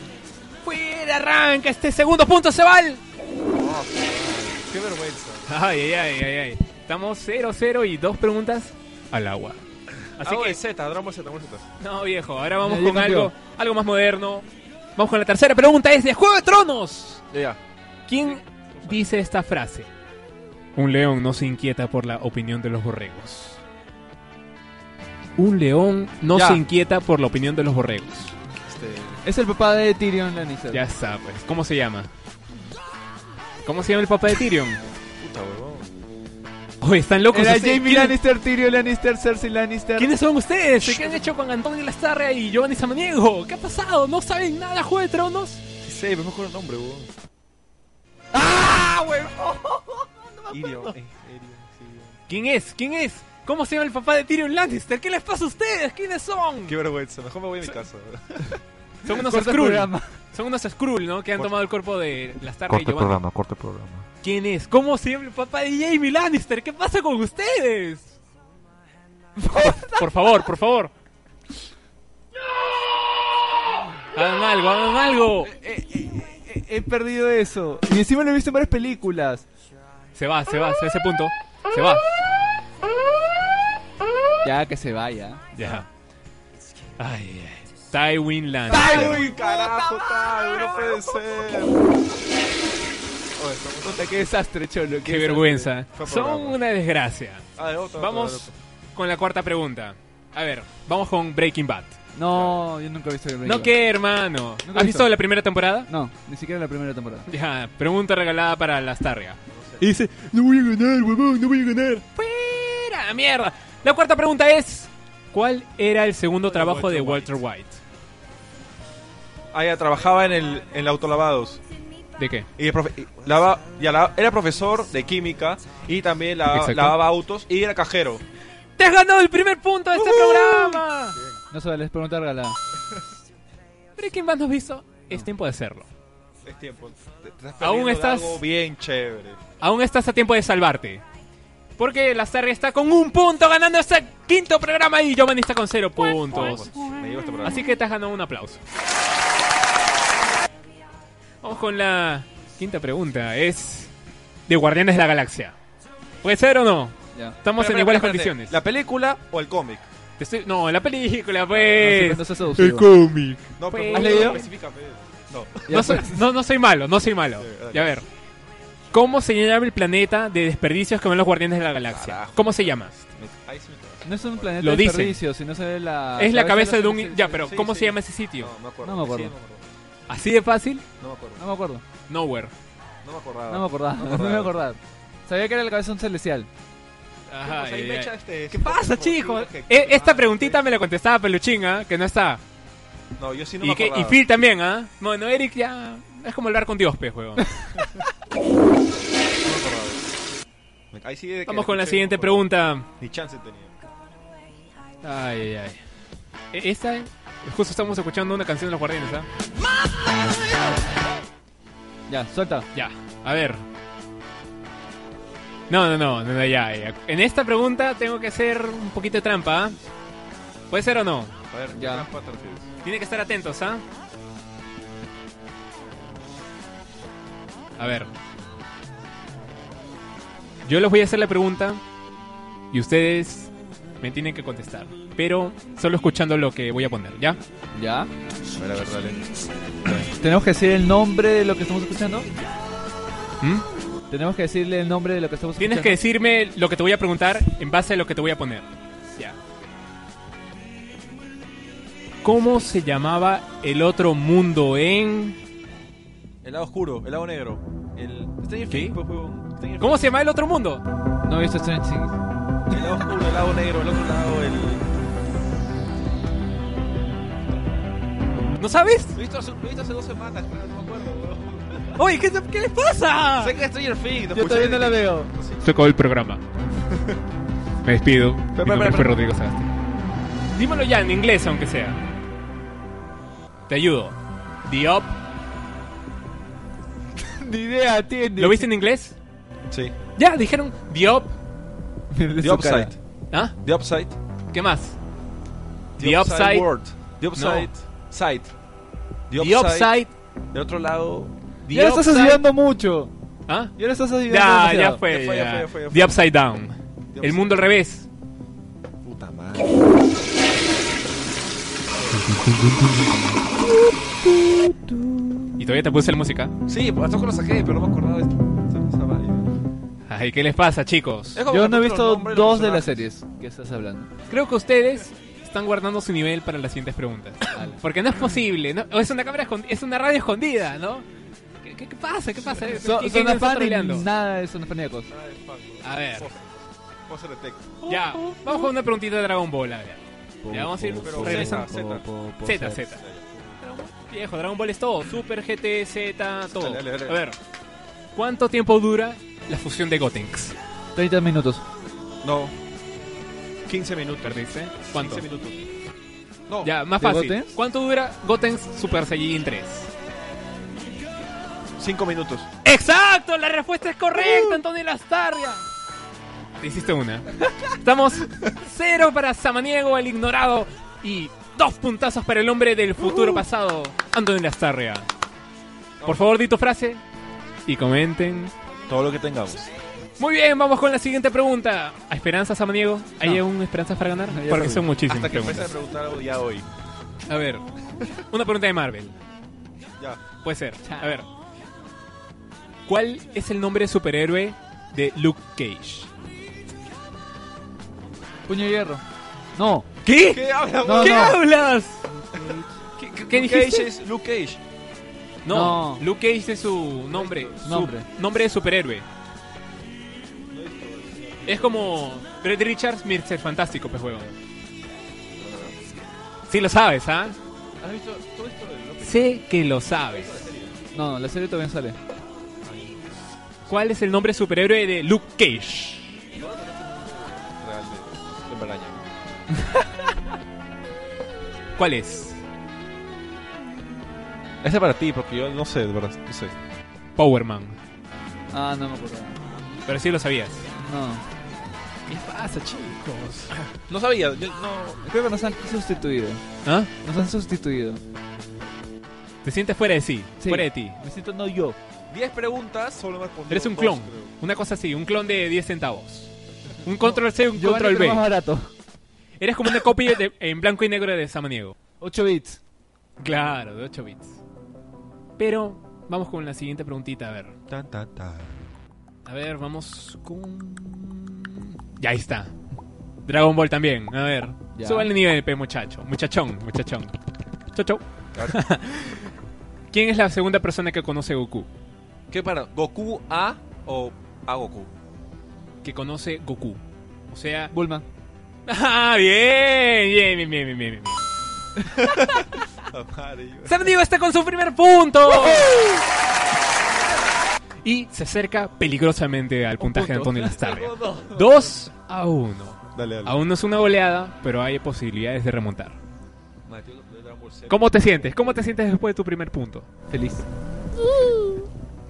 Speaker 1: ¡Fuera, arranca! Este segundo punto se va al...
Speaker 2: Qué vergüenza.
Speaker 1: Ay, ay, ay, ay, ay. Estamos 0-0 y dos preguntas al agua. Así
Speaker 2: Así
Speaker 1: que,
Speaker 2: que Z, Dragon Ball Z, Dragon Ball Z.
Speaker 1: no, viejo, ahora vamos
Speaker 3: Ya, ya
Speaker 1: con
Speaker 3: cambió.
Speaker 1: algo, algo más moderno. Vamos con la tercera pregunta, es de Juego de Tronos.
Speaker 2: Ya, ya.
Speaker 1: ¿Quién dice esta frase? Un león no se inquieta por la opinión de los borregos. Un león no
Speaker 2: Ya.
Speaker 1: se inquieta por la opinión de los borregos.
Speaker 2: Este.
Speaker 3: Es el papá de Tyrion Lannister.
Speaker 1: Ya está, pues. ¿Cómo se llama? ¿Cómo se llama el papá de Tyrion?
Speaker 2: Puta, huevón.
Speaker 1: Oye, están locos.
Speaker 3: Era
Speaker 1: ustedes.
Speaker 3: Jamie
Speaker 1: ¿Quién-
Speaker 3: Lannister, Tyrion Lannister, Cersei Lannister.
Speaker 1: ¿Quiénes son ustedes? ¿Qué han hecho con Antonio Lastarria y Giovanni Samaniego? ¿Qué ha pasado? ¿No saben nada, Juego de Tronos?
Speaker 2: Sí, sé, pero mejor el nombre, weón. ¡Ah, weón! Irio, eh, Irio, sí,
Speaker 1: ¿Quién es? ¿Quién es? ¿Cómo se llama el papá de Tyrion Lannister? ¿Qué les pasa a ustedes? ¿Quiénes son?
Speaker 2: Qué vergüenza, mejor me voy a mi casa.
Speaker 1: Son unos
Speaker 3: Corta el
Speaker 1: Skrull.
Speaker 3: programa.
Speaker 1: Son unos Skrull, ¿no? Que han tomado el cuerpo de Lastarria y
Speaker 4: Corte
Speaker 1: Giovanni.
Speaker 4: programa, corte programa.
Speaker 1: ¿Quién es? ¿Cómo se llama el papá de Jamie Lannister? ¿Qué pasa con ustedes? por favor, por favor. Hagan algo, hagan algo.
Speaker 3: He perdido eso. Y encima lo he visto en varias películas.
Speaker 1: Se va, se va, se va ese punto. Se va.
Speaker 3: Ya que se vaya.
Speaker 1: Ya. Ay, ay. Tywin Lannister.
Speaker 2: ¡Ay, carajo, tal! Ah, ¡No puede ser! Oye, estamos...
Speaker 3: Puta, qué desastre, cholo.
Speaker 1: Qué vergüenza.
Speaker 2: Fue
Speaker 1: Son
Speaker 2: programa.
Speaker 1: una desgracia.
Speaker 2: Ah, de otra,
Speaker 1: Vamos con la cuarta pregunta. A ver, vamos con Breaking Bad.
Speaker 3: No, yo nunca he visto Breaking
Speaker 1: No,
Speaker 3: Bad.
Speaker 1: qué hermano.
Speaker 3: Nunca
Speaker 1: ¿Has visto
Speaker 3: he visto.
Speaker 1: la primera temporada?
Speaker 3: No, ni siquiera la primera temporada.
Speaker 1: Ya, pregunta regalada para las targas.
Speaker 4: Y dice, no voy a ganar, huevón, no voy a ganar.
Speaker 1: ¡Fuera! ¡Mierda! La cuarta pregunta es: ¿Cuál era el segundo trabajo de Walter White?
Speaker 2: Ah, ya trabajaba en el, en el autolavados.
Speaker 1: ¿De qué?
Speaker 2: Y el profe- y lava- ya la- era profesor de química y también la-
Speaker 1: Exacto.
Speaker 2: lavaba autos y era cajero.
Speaker 1: ¡Te has ganado el primer punto de este programa!
Speaker 3: No se les pregunta regalada.
Speaker 1: Breaking Bad no has visto. Es tiempo de hacerlo.
Speaker 2: Es tiempo. Te- te estás
Speaker 1: Aún
Speaker 2: perdiendo de
Speaker 1: estás-
Speaker 2: algo bien chévere.
Speaker 1: Aún estás a tiempo de salvarte. Porque la Starry está con un punto ganando este quinto programa y Giovanni está con cero puntos.
Speaker 2: Me llevo este programa.
Speaker 1: Así que te has ganado un aplauso. Vamos con la quinta pregunta. Es de Guardianes de la Galaxia. ¿Puede ser o no?
Speaker 3: Ya.
Speaker 1: Estamos
Speaker 2: Espera,
Speaker 1: en iguales
Speaker 2: espera, espérate.
Speaker 1: condiciones.
Speaker 2: ¿La película o el cómic?
Speaker 1: Te estoy- No, la película,
Speaker 3: No,
Speaker 1: pues.
Speaker 3: no seas
Speaker 4: El
Speaker 3: seducido.
Speaker 4: cómic.
Speaker 2: No,
Speaker 1: Pues-
Speaker 2: pero
Speaker 1: ¿Has
Speaker 3: leído?
Speaker 2: especifica, pues. No.
Speaker 3: Ya,
Speaker 1: No soy,
Speaker 3: pues.
Speaker 1: no, no soy malo, no soy malo.
Speaker 2: Sí, dale.
Speaker 1: Y a ver. ¿Cómo se llama el planeta de desperdicios que ven los Guardianes de la Galaxia?
Speaker 2: Carajo.
Speaker 1: ¿Cómo se llama?
Speaker 2: Me- ahí sí me quedo.
Speaker 3: No es un planeta
Speaker 1: Lo
Speaker 3: de
Speaker 1: dicen.
Speaker 3: desperdicio, sino se ve
Speaker 2: Ah,
Speaker 3: la.
Speaker 1: es la cabeza de
Speaker 3: los-
Speaker 1: un... Ya, pero
Speaker 2: sí,
Speaker 1: ¿cómo
Speaker 2: sí.
Speaker 1: se llama ese sitio?
Speaker 2: No, me acuerdo.
Speaker 3: No me acuerdo.
Speaker 2: Sí,
Speaker 1: ¿Así de fácil?
Speaker 2: no me acuerdo.
Speaker 3: No me acuerdo.
Speaker 1: Nowhere.
Speaker 2: No me acordaba.
Speaker 3: No me acordaba.
Speaker 2: Ah, No
Speaker 3: No
Speaker 2: me
Speaker 3: me
Speaker 2: acordaba.
Speaker 3: acordaba. Sabía que era la cabeza de un celestial.
Speaker 1: Ajá,
Speaker 2: Pues ahí
Speaker 1: ya,
Speaker 2: me
Speaker 1: ya.
Speaker 2: echa este-
Speaker 1: ¿Qué pasa,
Speaker 2: como-
Speaker 1: chicos?
Speaker 2: que-
Speaker 1: E- Esta
Speaker 2: ah,
Speaker 1: preguntita
Speaker 2: sí.
Speaker 1: me la contestaba Peluchín, ¿ah? que no está.
Speaker 2: No, yo sí no me
Speaker 1: y, que,
Speaker 2: acordaba.
Speaker 1: y Phil también, ¿ah? Bueno, Eric ya... Es como hablar con Dios, pez, huevón.
Speaker 2: No me acordaba. Ahí sí de que
Speaker 1: Vamos con la
Speaker 2: escuché,
Speaker 1: siguiente
Speaker 2: no me acordaba.
Speaker 1: pregunta.
Speaker 2: Ni chance tenía.
Speaker 1: Ay, ay, ay. E- Esta... Justo estamos escuchando una canción de los Guardianes, ¿ah?
Speaker 3: Ya, suelta.
Speaker 1: Ya, a ver. No, no, no, no, no, ya, ya. En esta pregunta tengo que hacer un poquito de trampa. ¿ah? ¿Puede ser o no?
Speaker 2: A ver,
Speaker 3: Ya.
Speaker 2: ¿qué trampa te refieres?
Speaker 1: Tienen que estar atentos, ¿ah? A ver. Yo les voy a hacer la pregunta y ustedes me tienen que contestar. Pero solo escuchando lo que voy a poner, ¿ya?
Speaker 3: Ya.
Speaker 2: A ver, a ver, dale.
Speaker 3: Tenemos que decir el nombre de lo que estamos escuchando.
Speaker 1: ¿Mm?
Speaker 3: Tenemos que decirle el nombre de lo que estamos
Speaker 1: Tienes que
Speaker 3: escuchando.
Speaker 1: decirme lo que te voy a preguntar en base a lo que te voy a poner. Ya. ¿Cómo se llamaba el otro mundo en...
Speaker 2: El lado oscuro, el lado negro. El. Stranger
Speaker 1: ¿Qué?
Speaker 2: Things, pues, huevón. Stranger
Speaker 1: ¿Cómo se llama el otro mundo?
Speaker 3: No he visto Stranger Things.
Speaker 2: Things. El lado oscuro, el lado negro, el otro lado, el. Lo
Speaker 1: ¿No sabes?
Speaker 2: he visto hace, lo he visto hace dos semanas, pero no me acuerdo, huevón.
Speaker 1: Oye, ¿qué, qué les pasa?
Speaker 2: Sé que es Stranger Things.
Speaker 3: Yo todavía no la veo.
Speaker 1: Se acabó el programa. Me despido.
Speaker 2: Mi nombre fue
Speaker 1: Rodrigo Dímelo ya en inglés, aunque sea. Te ayudo. The Up.
Speaker 3: Ni idea tiene.
Speaker 1: ¿Lo viste en inglés?
Speaker 2: Sí.
Speaker 1: Ya, dijeron The Up.
Speaker 2: The Upside.
Speaker 1: ¿Ah?
Speaker 2: The Upside.
Speaker 1: ¿Qué más? The Upside.
Speaker 2: World. The Upside. Side. The
Speaker 1: The Upside.
Speaker 2: De otro lado.
Speaker 1: The
Speaker 3: ya lo estás
Speaker 1: Upside-
Speaker 3: ayudando mucho.
Speaker 1: ¿Ah?
Speaker 3: Ya lo estás ayudando
Speaker 1: Ya,
Speaker 3: demasiado.
Speaker 1: ya fue,
Speaker 2: Ya fue, ya
Speaker 1: ya.
Speaker 2: fue, ya fue, ya
Speaker 1: The
Speaker 2: fue.
Speaker 1: Upside Down. El
Speaker 2: Upside
Speaker 1: mundo al revés.
Speaker 2: Puta madre.
Speaker 1: Y todavía te puse la música.
Speaker 2: Sí, pues tampoco lo saqué, pero no me acordaba de esta- esa vaina.
Speaker 1: Ay, ¿qué les pasa, chicos?
Speaker 2: Es como
Speaker 3: Yo
Speaker 2: que
Speaker 3: no
Speaker 2: apunto
Speaker 3: he
Speaker 2: los
Speaker 3: visto
Speaker 2: nombres los
Speaker 3: dos de las
Speaker 2: personajes.
Speaker 3: series que estás hablando.
Speaker 1: Creo que ustedes están guardando su nivel para las siguientes preguntas. Porque no es posible. ¿no? O Es una cámara escondida, es una radio escondida, ¿no? ¿Qué, qué- qué pasa? ¿Qué pasa? ¿Qué-
Speaker 3: Son,
Speaker 1: qué-
Speaker 3: son
Speaker 1: quién está
Speaker 3: afán y
Speaker 1: troleando?
Speaker 3: nada de son afaníacos.
Speaker 1: A ver.
Speaker 2: Vamos a Retec.
Speaker 1: Ya, vamos con una preguntita de Dragon Ball, a ver. Ya vamos a ir
Speaker 2: pero
Speaker 1: regresando.
Speaker 2: Zeta,
Speaker 1: Z, Z. Viejo, Dragon Ball es todo. Super, GT, Z, todo.
Speaker 2: Dale, dale, dale.
Speaker 1: A ver, ¿cuánto tiempo dura la fusión de Gotenks?
Speaker 3: 30 minutos.
Speaker 2: No. 15 minutos.
Speaker 1: ¿Perdiste? ¿Cuánto?
Speaker 2: 15 minutos. No.
Speaker 1: Ya, más
Speaker 3: ¿De
Speaker 1: fácil.
Speaker 3: Gotenks?
Speaker 1: ¿Cuánto dura Gotenks Super Saiyajin 3?
Speaker 2: 5 minutos.
Speaker 1: ¡Exacto! La respuesta es
Speaker 2: ¡Uh!
Speaker 1: correcta, Antonio Lastarria. Te hiciste una. Estamos cero para Samaniego, el ignorado, y dos puntazos para el hombre del
Speaker 2: ¡Uh!
Speaker 1: futuro pasado, Antonio Lastarria. Por favor, di tu frase y comenten.
Speaker 2: Todo lo que tengamos.
Speaker 1: Muy bien, vamos con la siguiente pregunta. ¿A Esperanza Samaniego? ¿Hay
Speaker 3: No.
Speaker 1: aún esperanzas para ganar?
Speaker 3: ya
Speaker 1: Porque
Speaker 3: perdí.
Speaker 1: son muchísimas
Speaker 2: Hasta que empiece a
Speaker 1: preguntas.
Speaker 2: preguntar algo ya hoy.
Speaker 1: A ver, una pregunta de Marvel.
Speaker 2: Ya.
Speaker 1: Puede ser. A ver. ¿Cuál es el nombre de superhéroe de Luke Cage?
Speaker 3: Puño de hierro. No.
Speaker 1: ¿Qué?
Speaker 2: ¿Qué habla?
Speaker 3: No, Eh,
Speaker 1: ¿Qué
Speaker 3: no.
Speaker 1: hablas? ¿Qué, qué- qué
Speaker 2: Luke Cage
Speaker 1: dijiste?
Speaker 2: es Luke Cage.
Speaker 1: No,
Speaker 3: No.
Speaker 1: Luke Cage es su nombre. su
Speaker 3: Nombre.
Speaker 1: nombre de superhéroe. Es como Fred Richards, Mr. Fantástico, pues huevón. Sí lo sabes, ¿ah?
Speaker 3: ¿Has visto todo esto de López?
Speaker 1: Sé que lo sabes.
Speaker 3: No, no, la serie todavía no sale.
Speaker 1: ¿Cuál es el nombre de superhéroe de Luke Cage?
Speaker 2: Realmente. De Braña.
Speaker 1: ¿Cuál es?
Speaker 2: Ese Este para ti, porque yo no sé, de verdad. No sé.
Speaker 1: Power Man.
Speaker 3: Ah, no me acuerdo.
Speaker 1: Pero sí lo sabías.
Speaker 3: No.
Speaker 1: ¿Qué pasa, chicos?
Speaker 2: No sabía. Yo, no.
Speaker 3: Creo que nos han sustituido.
Speaker 1: ¿Ah?
Speaker 3: Nos han sustituido.
Speaker 1: Te sientes fuera de sí,
Speaker 3: Sí.
Speaker 1: fuera de ti.
Speaker 3: Me siento no yo.
Speaker 2: 10 preguntas, solo me respondí.
Speaker 1: Eres un
Speaker 2: dos,
Speaker 1: clon.
Speaker 2: creo.
Speaker 1: Una cosa así, un clon de 10 centavos. Un control C, un
Speaker 3: Yo
Speaker 1: control
Speaker 3: más
Speaker 1: B.
Speaker 3: barato.
Speaker 1: Eres como una copia de- en blanco y negro de Samaniego.
Speaker 3: 8 bits.
Speaker 1: Claro, de 8 bits. Pero vamos con la siguiente preguntita, a ver.
Speaker 5: Tan, tan, tan.
Speaker 1: A ver, vamos con... Ya ahí está. Dragon Ball también, a ver.
Speaker 3: Ya.
Speaker 1: Sube el nivel, pe, muchacho. Muchachón, muchachón. Chau, chau. ¿Quién es la segunda persona que conoce a Goku?
Speaker 2: ¿Qué para? ¿Goku A o A Goku?
Speaker 1: Que conoce Goku. O sea,
Speaker 3: Bulma.
Speaker 1: Ah, bien, bien, bien, bien, bien, bien. bien. San Diego está con su primer punto. Y se acerca peligrosamente al puntaje de Antonio Lastarria. Dos a uno.
Speaker 2: Dale, dale.
Speaker 1: Aún no es una goleada, pero hay posibilidades de remontar.
Speaker 2: Mateo, de Dragon Ball Z.
Speaker 1: ¿Cómo te sientes? ¿Cómo te sientes después de tu primer punto?
Speaker 3: Feliz.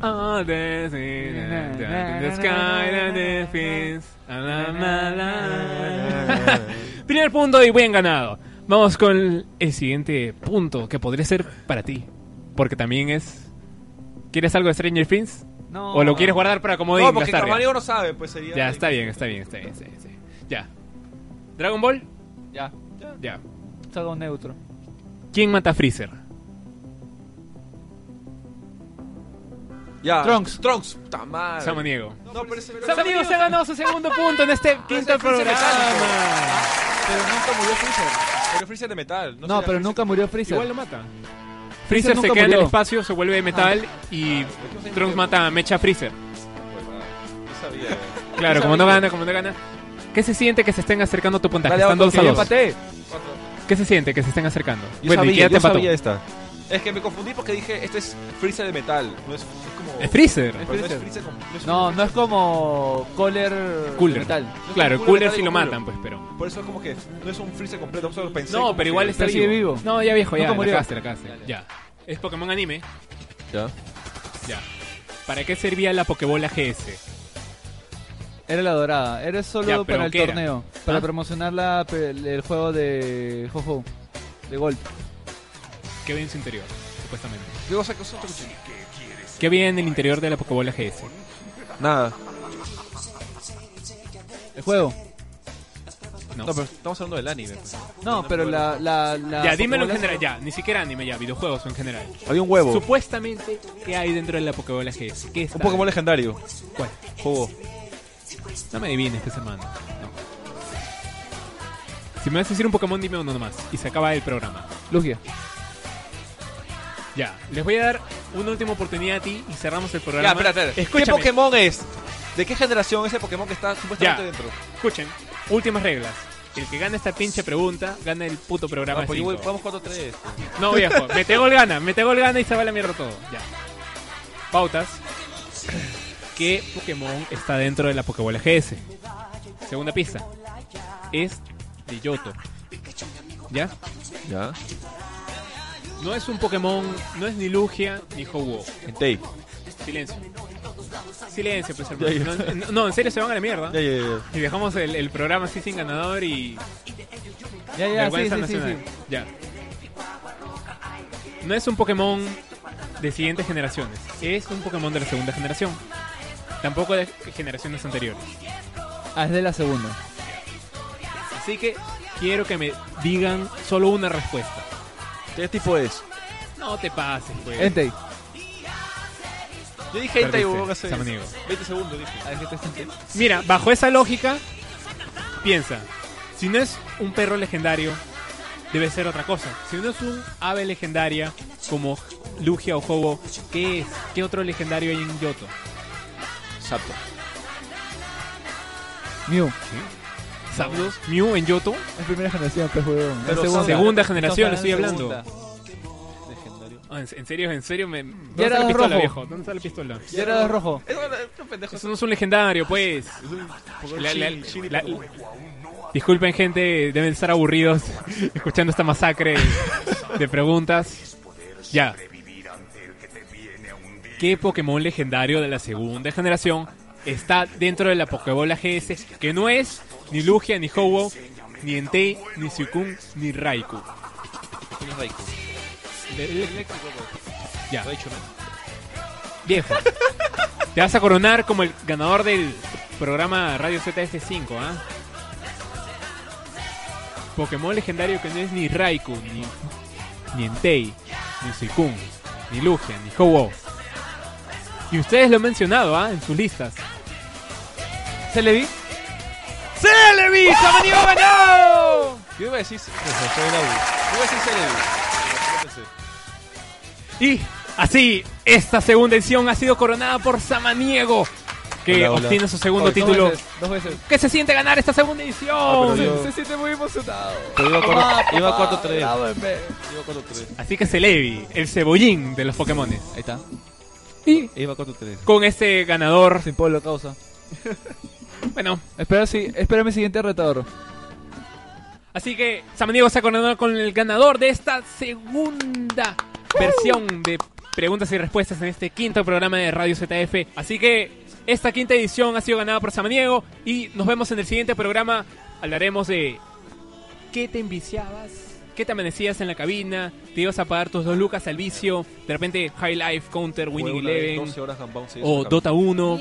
Speaker 1: Ah, this is the sky that defeats. Ah, la, la,
Speaker 3: Eh,
Speaker 1: la. Primer punto y bien ganado. Vamos con el siguiente punto que podría ser para ti. Porque también es. ¿Quieres algo de Stranger Things?
Speaker 3: No.
Speaker 1: ¿O lo quieres guardar para como
Speaker 2: No, porque Carvalho no sabe, pues sería.
Speaker 1: Ya, está bien, está bien, está bien. sí, sí. Ya. ¿Dragon Ball?
Speaker 3: Ya.
Speaker 1: Ya.
Speaker 3: Salgo neutro.
Speaker 1: ¿Quién mata a Freezer?
Speaker 2: Ya.
Speaker 3: Trunks.
Speaker 2: Trunks. Puta madre.
Speaker 1: Samaniego.
Speaker 2: No, pero ese. pero-
Speaker 1: Samaniego se ganó su segundo punto en este quinto
Speaker 2: Freezer
Speaker 1: programa.
Speaker 2: mecánico. Pero nunca murió Freezer. Pero Freezer de metal. será
Speaker 3: No, pero
Speaker 2: Freezer.
Speaker 3: nunca murió Freezer.
Speaker 1: Igual lo mata. Freezer, se
Speaker 3: nunca
Speaker 1: queda en el
Speaker 3: murió.
Speaker 1: espacio, se vuelve metal
Speaker 2: Ah.
Speaker 1: y Trunks mata a Mecha Freezer.
Speaker 2: Pues, nada, No sabía.
Speaker 1: Claro, como no gana, como no gana. ¿Qué se siente que se estén acercando a tu puntaje?
Speaker 2: Dale,
Speaker 1: Están
Speaker 2: Otto,
Speaker 1: dos
Speaker 2: que
Speaker 1: a
Speaker 2: yo
Speaker 1: dos.
Speaker 2: empaté.
Speaker 1: ¿Qué se siente que se estén acercando?
Speaker 2: Yo
Speaker 1: Bueno, ¿y
Speaker 2: sabía,
Speaker 1: quién te
Speaker 2: yo
Speaker 1: empató?
Speaker 2: sabía esta. Es que me confundí porque dije, este es Freezer de metal. No es, es como...
Speaker 1: Es Freezer.
Speaker 2: Pero no es Freezer como- es
Speaker 3: No,
Speaker 2: Freezer.
Speaker 3: no es como Kohler
Speaker 1: Cooler.
Speaker 3: Metal.
Speaker 1: Claro,
Speaker 2: Cooler
Speaker 1: Cooler
Speaker 2: está
Speaker 1: sí lo
Speaker 2: bien, Cooler.
Speaker 1: matan, pues, pero.
Speaker 2: Por eso es como que no es un Freezer completo. Solo pensé
Speaker 1: No,
Speaker 2: como
Speaker 1: pero
Speaker 2: que-
Speaker 1: igual está
Speaker 3: Pero sigue
Speaker 1: vivo.
Speaker 3: vivo.
Speaker 1: No, ya viejo, ya.
Speaker 3: Nunca
Speaker 1: La
Speaker 3: murió.
Speaker 1: cagaste, la cagaste. Ya. Es Pokémon anime.
Speaker 2: Ya.
Speaker 1: Ya. ¿Para qué servía la Pokébola GS?
Speaker 3: Era la dorada. Era solo
Speaker 1: Ya, pero
Speaker 3: para el
Speaker 1: ¿qué era?
Speaker 3: torneo. Para
Speaker 1: ¿Ah?
Speaker 3: promocionar la, pe- el juego de Jojo. De Gold.
Speaker 1: ¿Qué había en su interior? Supuestamente.
Speaker 2: ¿Qué cosa que otro cuchillo?
Speaker 1: ¿Qué había en el interior de la Pokébola GS?
Speaker 2: Nada.
Speaker 3: El juego.
Speaker 1: No.
Speaker 2: No, pero estamos hablando del anime. pues.
Speaker 3: No, pero la. la, la
Speaker 1: Ya, dímelo en
Speaker 3: Pokébola-
Speaker 1: general, ya. Ni siquiera anime, ya. Videojuegos en general.
Speaker 2: Había un huevo.
Speaker 1: Supuestamente, ¿qué hay dentro de la Pokébola GS? ¿Qué está?
Speaker 2: Un Pokémon legendario.
Speaker 1: ¿Cuál?
Speaker 2: Juego.
Speaker 1: No me adivines, pues, hermano. No. Si me vas a decir un Pokémon, dime uno nomás. Y se acaba el programa.
Speaker 3: Lugia.
Speaker 1: Ya, les voy a dar una última oportunidad a ti y cerramos el
Speaker 2: Ya,
Speaker 1: programa.
Speaker 2: espérate. ¿Qué
Speaker 1: Escúchame.
Speaker 2: Pokémon es? ¿De qué generación es el Pokémon que está supuestamente
Speaker 1: Ya.
Speaker 2: dentro?
Speaker 1: Escuchen, últimas reglas. El que gana esta pinche pregunta, gana el puto programa.
Speaker 2: Ah, pues yo
Speaker 1: cinco.
Speaker 2: voy- vamos 4-3.
Speaker 1: No, viejo. Mete gol gana, mete gol gana y se va a la mierda todo. Ya. Pautas. ¿Qué Pokémon está dentro de la Pokébola GS? Segunda pista. Es de Yoto. ¿Ya?
Speaker 2: Ya.
Speaker 1: No es un Pokémon, no es ni Lugia ni Ho-Oh.
Speaker 2: Entei.
Speaker 1: Silencio. Silencio, pues hermano. No, no, no, en serio se van a la mierda.
Speaker 2: Ya, ya, ya.
Speaker 1: Y dejamos el, el programa así sin ganador y
Speaker 3: Ya, ya, sí,
Speaker 1: vergüenza
Speaker 3: sí, sí,
Speaker 1: nacional.
Speaker 3: sí.
Speaker 1: Ya. No es un Pokémon de siguientes generaciones. Es un Pokémon de la segunda generación. Tampoco de generaciones anteriores.
Speaker 3: Ah, es de la segunda.
Speaker 1: Así que quiero que me digan solo una respuesta.
Speaker 2: ¿Qué tipo es?
Speaker 1: No te pases, pues.
Speaker 3: Entei.
Speaker 2: Yo dije Entei,
Speaker 1: Perdiste,
Speaker 2: huevón, hace
Speaker 1: Samaniego.
Speaker 2: 20 segundos dije.
Speaker 3: Ah, es que te senté.
Speaker 1: Mira, bajo esa lógica, piensa. Si no es un perro legendario, debe ser otra cosa. Si no es un ave legendaria, como Lugia o Hobo, ¿qué es? ¿Qué otro legendario hay en Yoto?
Speaker 2: Exacto.
Speaker 3: Mew.
Speaker 1: Zapdos, Mew en Yoto.
Speaker 3: Es primera generación, pues, huevón. Es
Speaker 2: Pero
Speaker 3: segunda.
Speaker 2: son-
Speaker 1: Segunda generación,
Speaker 3: Son-
Speaker 1: estoy hablando.
Speaker 3: segunda.
Speaker 2: Legendario.
Speaker 1: Ah, ¿En en serio? ¿En serio? Me... ¿Dónde
Speaker 3: Ya
Speaker 1: está
Speaker 3: era
Speaker 1: la pistola,
Speaker 3: rojo.
Speaker 1: viejo? ¿Dónde está la pistola?
Speaker 3: Gyarados rojo.
Speaker 2: Es un, es un pendejo.
Speaker 1: Eso no es un legendario, pues.
Speaker 2: Es un Pokémon
Speaker 1: La- la-
Speaker 2: shiny, shiny
Speaker 1: la-
Speaker 2: Pokémon.
Speaker 1: Disculpen, gente, deben estar aburridos escuchando esta masacre de preguntas. Ya. ¿Qué Pokémon legendario de la segunda generación está dentro de la Pokébola GS que no es ni Lugia, ni Ho-Oh, ni Entei, ni Suicune, ni Raikou?
Speaker 2: ¿Quién es Raikou?
Speaker 1: Ya.
Speaker 2: Lo he dicho, ¿no?
Speaker 1: Viejo. Te vas a coronar como el ganador del programa Radio ZS5, ¿ah? Pokémon legendario que no es ni Raikou, ni, ni Entei, ni Suicune, ni Lugia, ni ho Y ustedes lo han mencionado, ¿ah? En sus listas.
Speaker 3: Celebi.
Speaker 1: ¡Celebi! ¡Samaniego ganó!
Speaker 2: Yo iba a decir. Yo iba a decir Celebi.
Speaker 1: Y así, esta segunda edición ha sido coronada por Samaniego, que
Speaker 2: Hola, hola.
Speaker 1: obtiene su segundo
Speaker 2: Hoy,
Speaker 1: título.
Speaker 3: Dos veces. Dos veces.
Speaker 1: ¿Qué se siente ganar esta segunda edición?
Speaker 2: Ah, pero yo-
Speaker 3: Se siente muy emocionado.
Speaker 2: Pero iba a
Speaker 3: Ah,
Speaker 2: cuatro- iba a 4-3.
Speaker 3: Grábenme.
Speaker 2: Ah, Iba a 4-3.
Speaker 1: Así que Celebi, el cebollín de los Pokémon.
Speaker 3: Ahí está.
Speaker 1: Y
Speaker 2: Iba a 4-3.
Speaker 1: con este ganador,
Speaker 3: Sin polo causa.
Speaker 1: bueno,
Speaker 3: Espera, sí, espera mi siguiente retador.
Speaker 1: así que San Diego se ha coronado con el ganador de esta segunda versión de preguntas y respuestas en este quinto programa de Radio ZF. Así que esta quinta edición ha sido ganada por San Diego y nos vemos en el siguiente programa. Hablaremos de qué te enviciabas, qué te amanecías en la cabina, te ibas a pagar tus dos lucas al vicio, de repente High Life, Counter, Winning Eleven.
Speaker 2: 12 horas Gunbound se hizo
Speaker 1: o
Speaker 2: acá.
Speaker 1: Dota 1,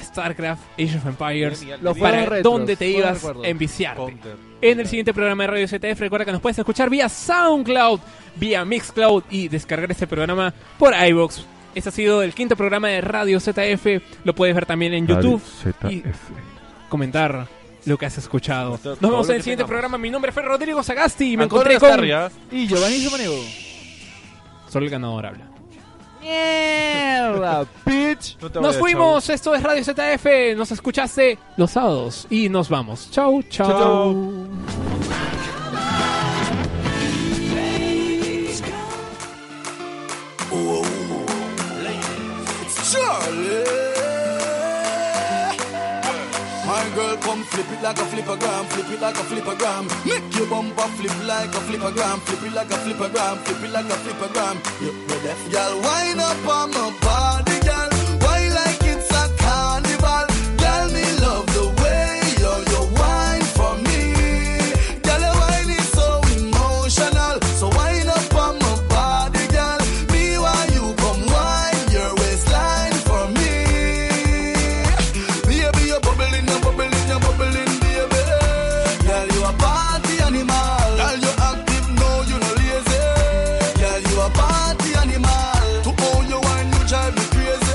Speaker 1: StarCraft, Age of Empires.
Speaker 2: Genial.
Speaker 3: Los
Speaker 1: ¿Para
Speaker 3: Juegos retros,
Speaker 1: dónde te
Speaker 3: juegos
Speaker 1: ibas
Speaker 3: recuerdos.
Speaker 1: a enviciarte?
Speaker 2: Counter.
Speaker 1: En el siguiente programa de Radio ZF, recuerda que nos puedes escuchar vía SoundCloud, vía Mixcloud y descargar este programa por iBox. Este ha sido el quinto programa de Radio ZF. Lo puedes ver también en YouTube y comentar lo que has escuchado.
Speaker 2: Todo
Speaker 1: Nos vemos
Speaker 2: lo
Speaker 1: en
Speaker 2: que
Speaker 1: el siguiente
Speaker 2: tengamos.
Speaker 1: programa. Mi nombre es Fer Rodrigo Sagasti y me
Speaker 2: Antonio
Speaker 1: encontré con...
Speaker 2: Starry, ¿ah?
Speaker 3: Y Giovanni Sumanego.
Speaker 1: Solo el ganador habla.
Speaker 3: Mierda, bitch.
Speaker 2: No te
Speaker 1: Nos
Speaker 2: vayas,
Speaker 1: fuimos, esto es Radio ZF, nos escuchaste los sábados y nos vamos. Chau, chau.
Speaker 2: Chau, chau.
Speaker 9: Charlie. My girl, come flip it like a flippergram, flip it like a flippergram. Make your bumper flip like a flippergram, flip it like a flippergram, flip it like a flippergram. You ready? Girl, wind up on my body, girl. Wine like it's a carnival. Girl, me love the way you you wine for me. Girl, your wine is so emotional, so wind up on my body, girl. Me while you come wine your waistline for me. Baby, you're bubbling, you're bubbling, you're bubbling, baby. Girl, you a party animal. Girl, you active, no, you no lazy. Girl, you a party animal. To all your wine, you drive me crazy.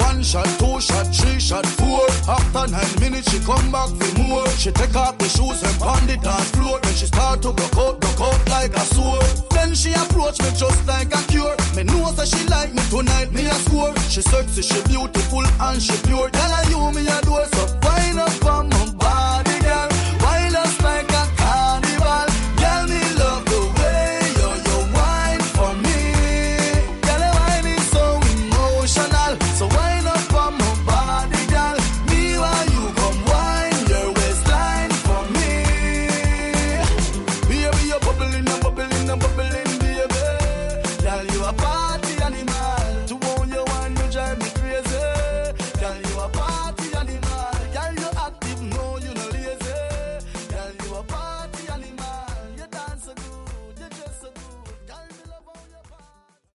Speaker 9: One shot, two shot, three shot, four. After nine minutes, she come back for more. She take off the shoes and pound the dance floor. Then she start to broke out, broke out like a sword. Then she approach me just like a cure. Me know that she like me tonight, me a score. She sexy, she beautiful and she pure. Tell her you me a door, so fine up on my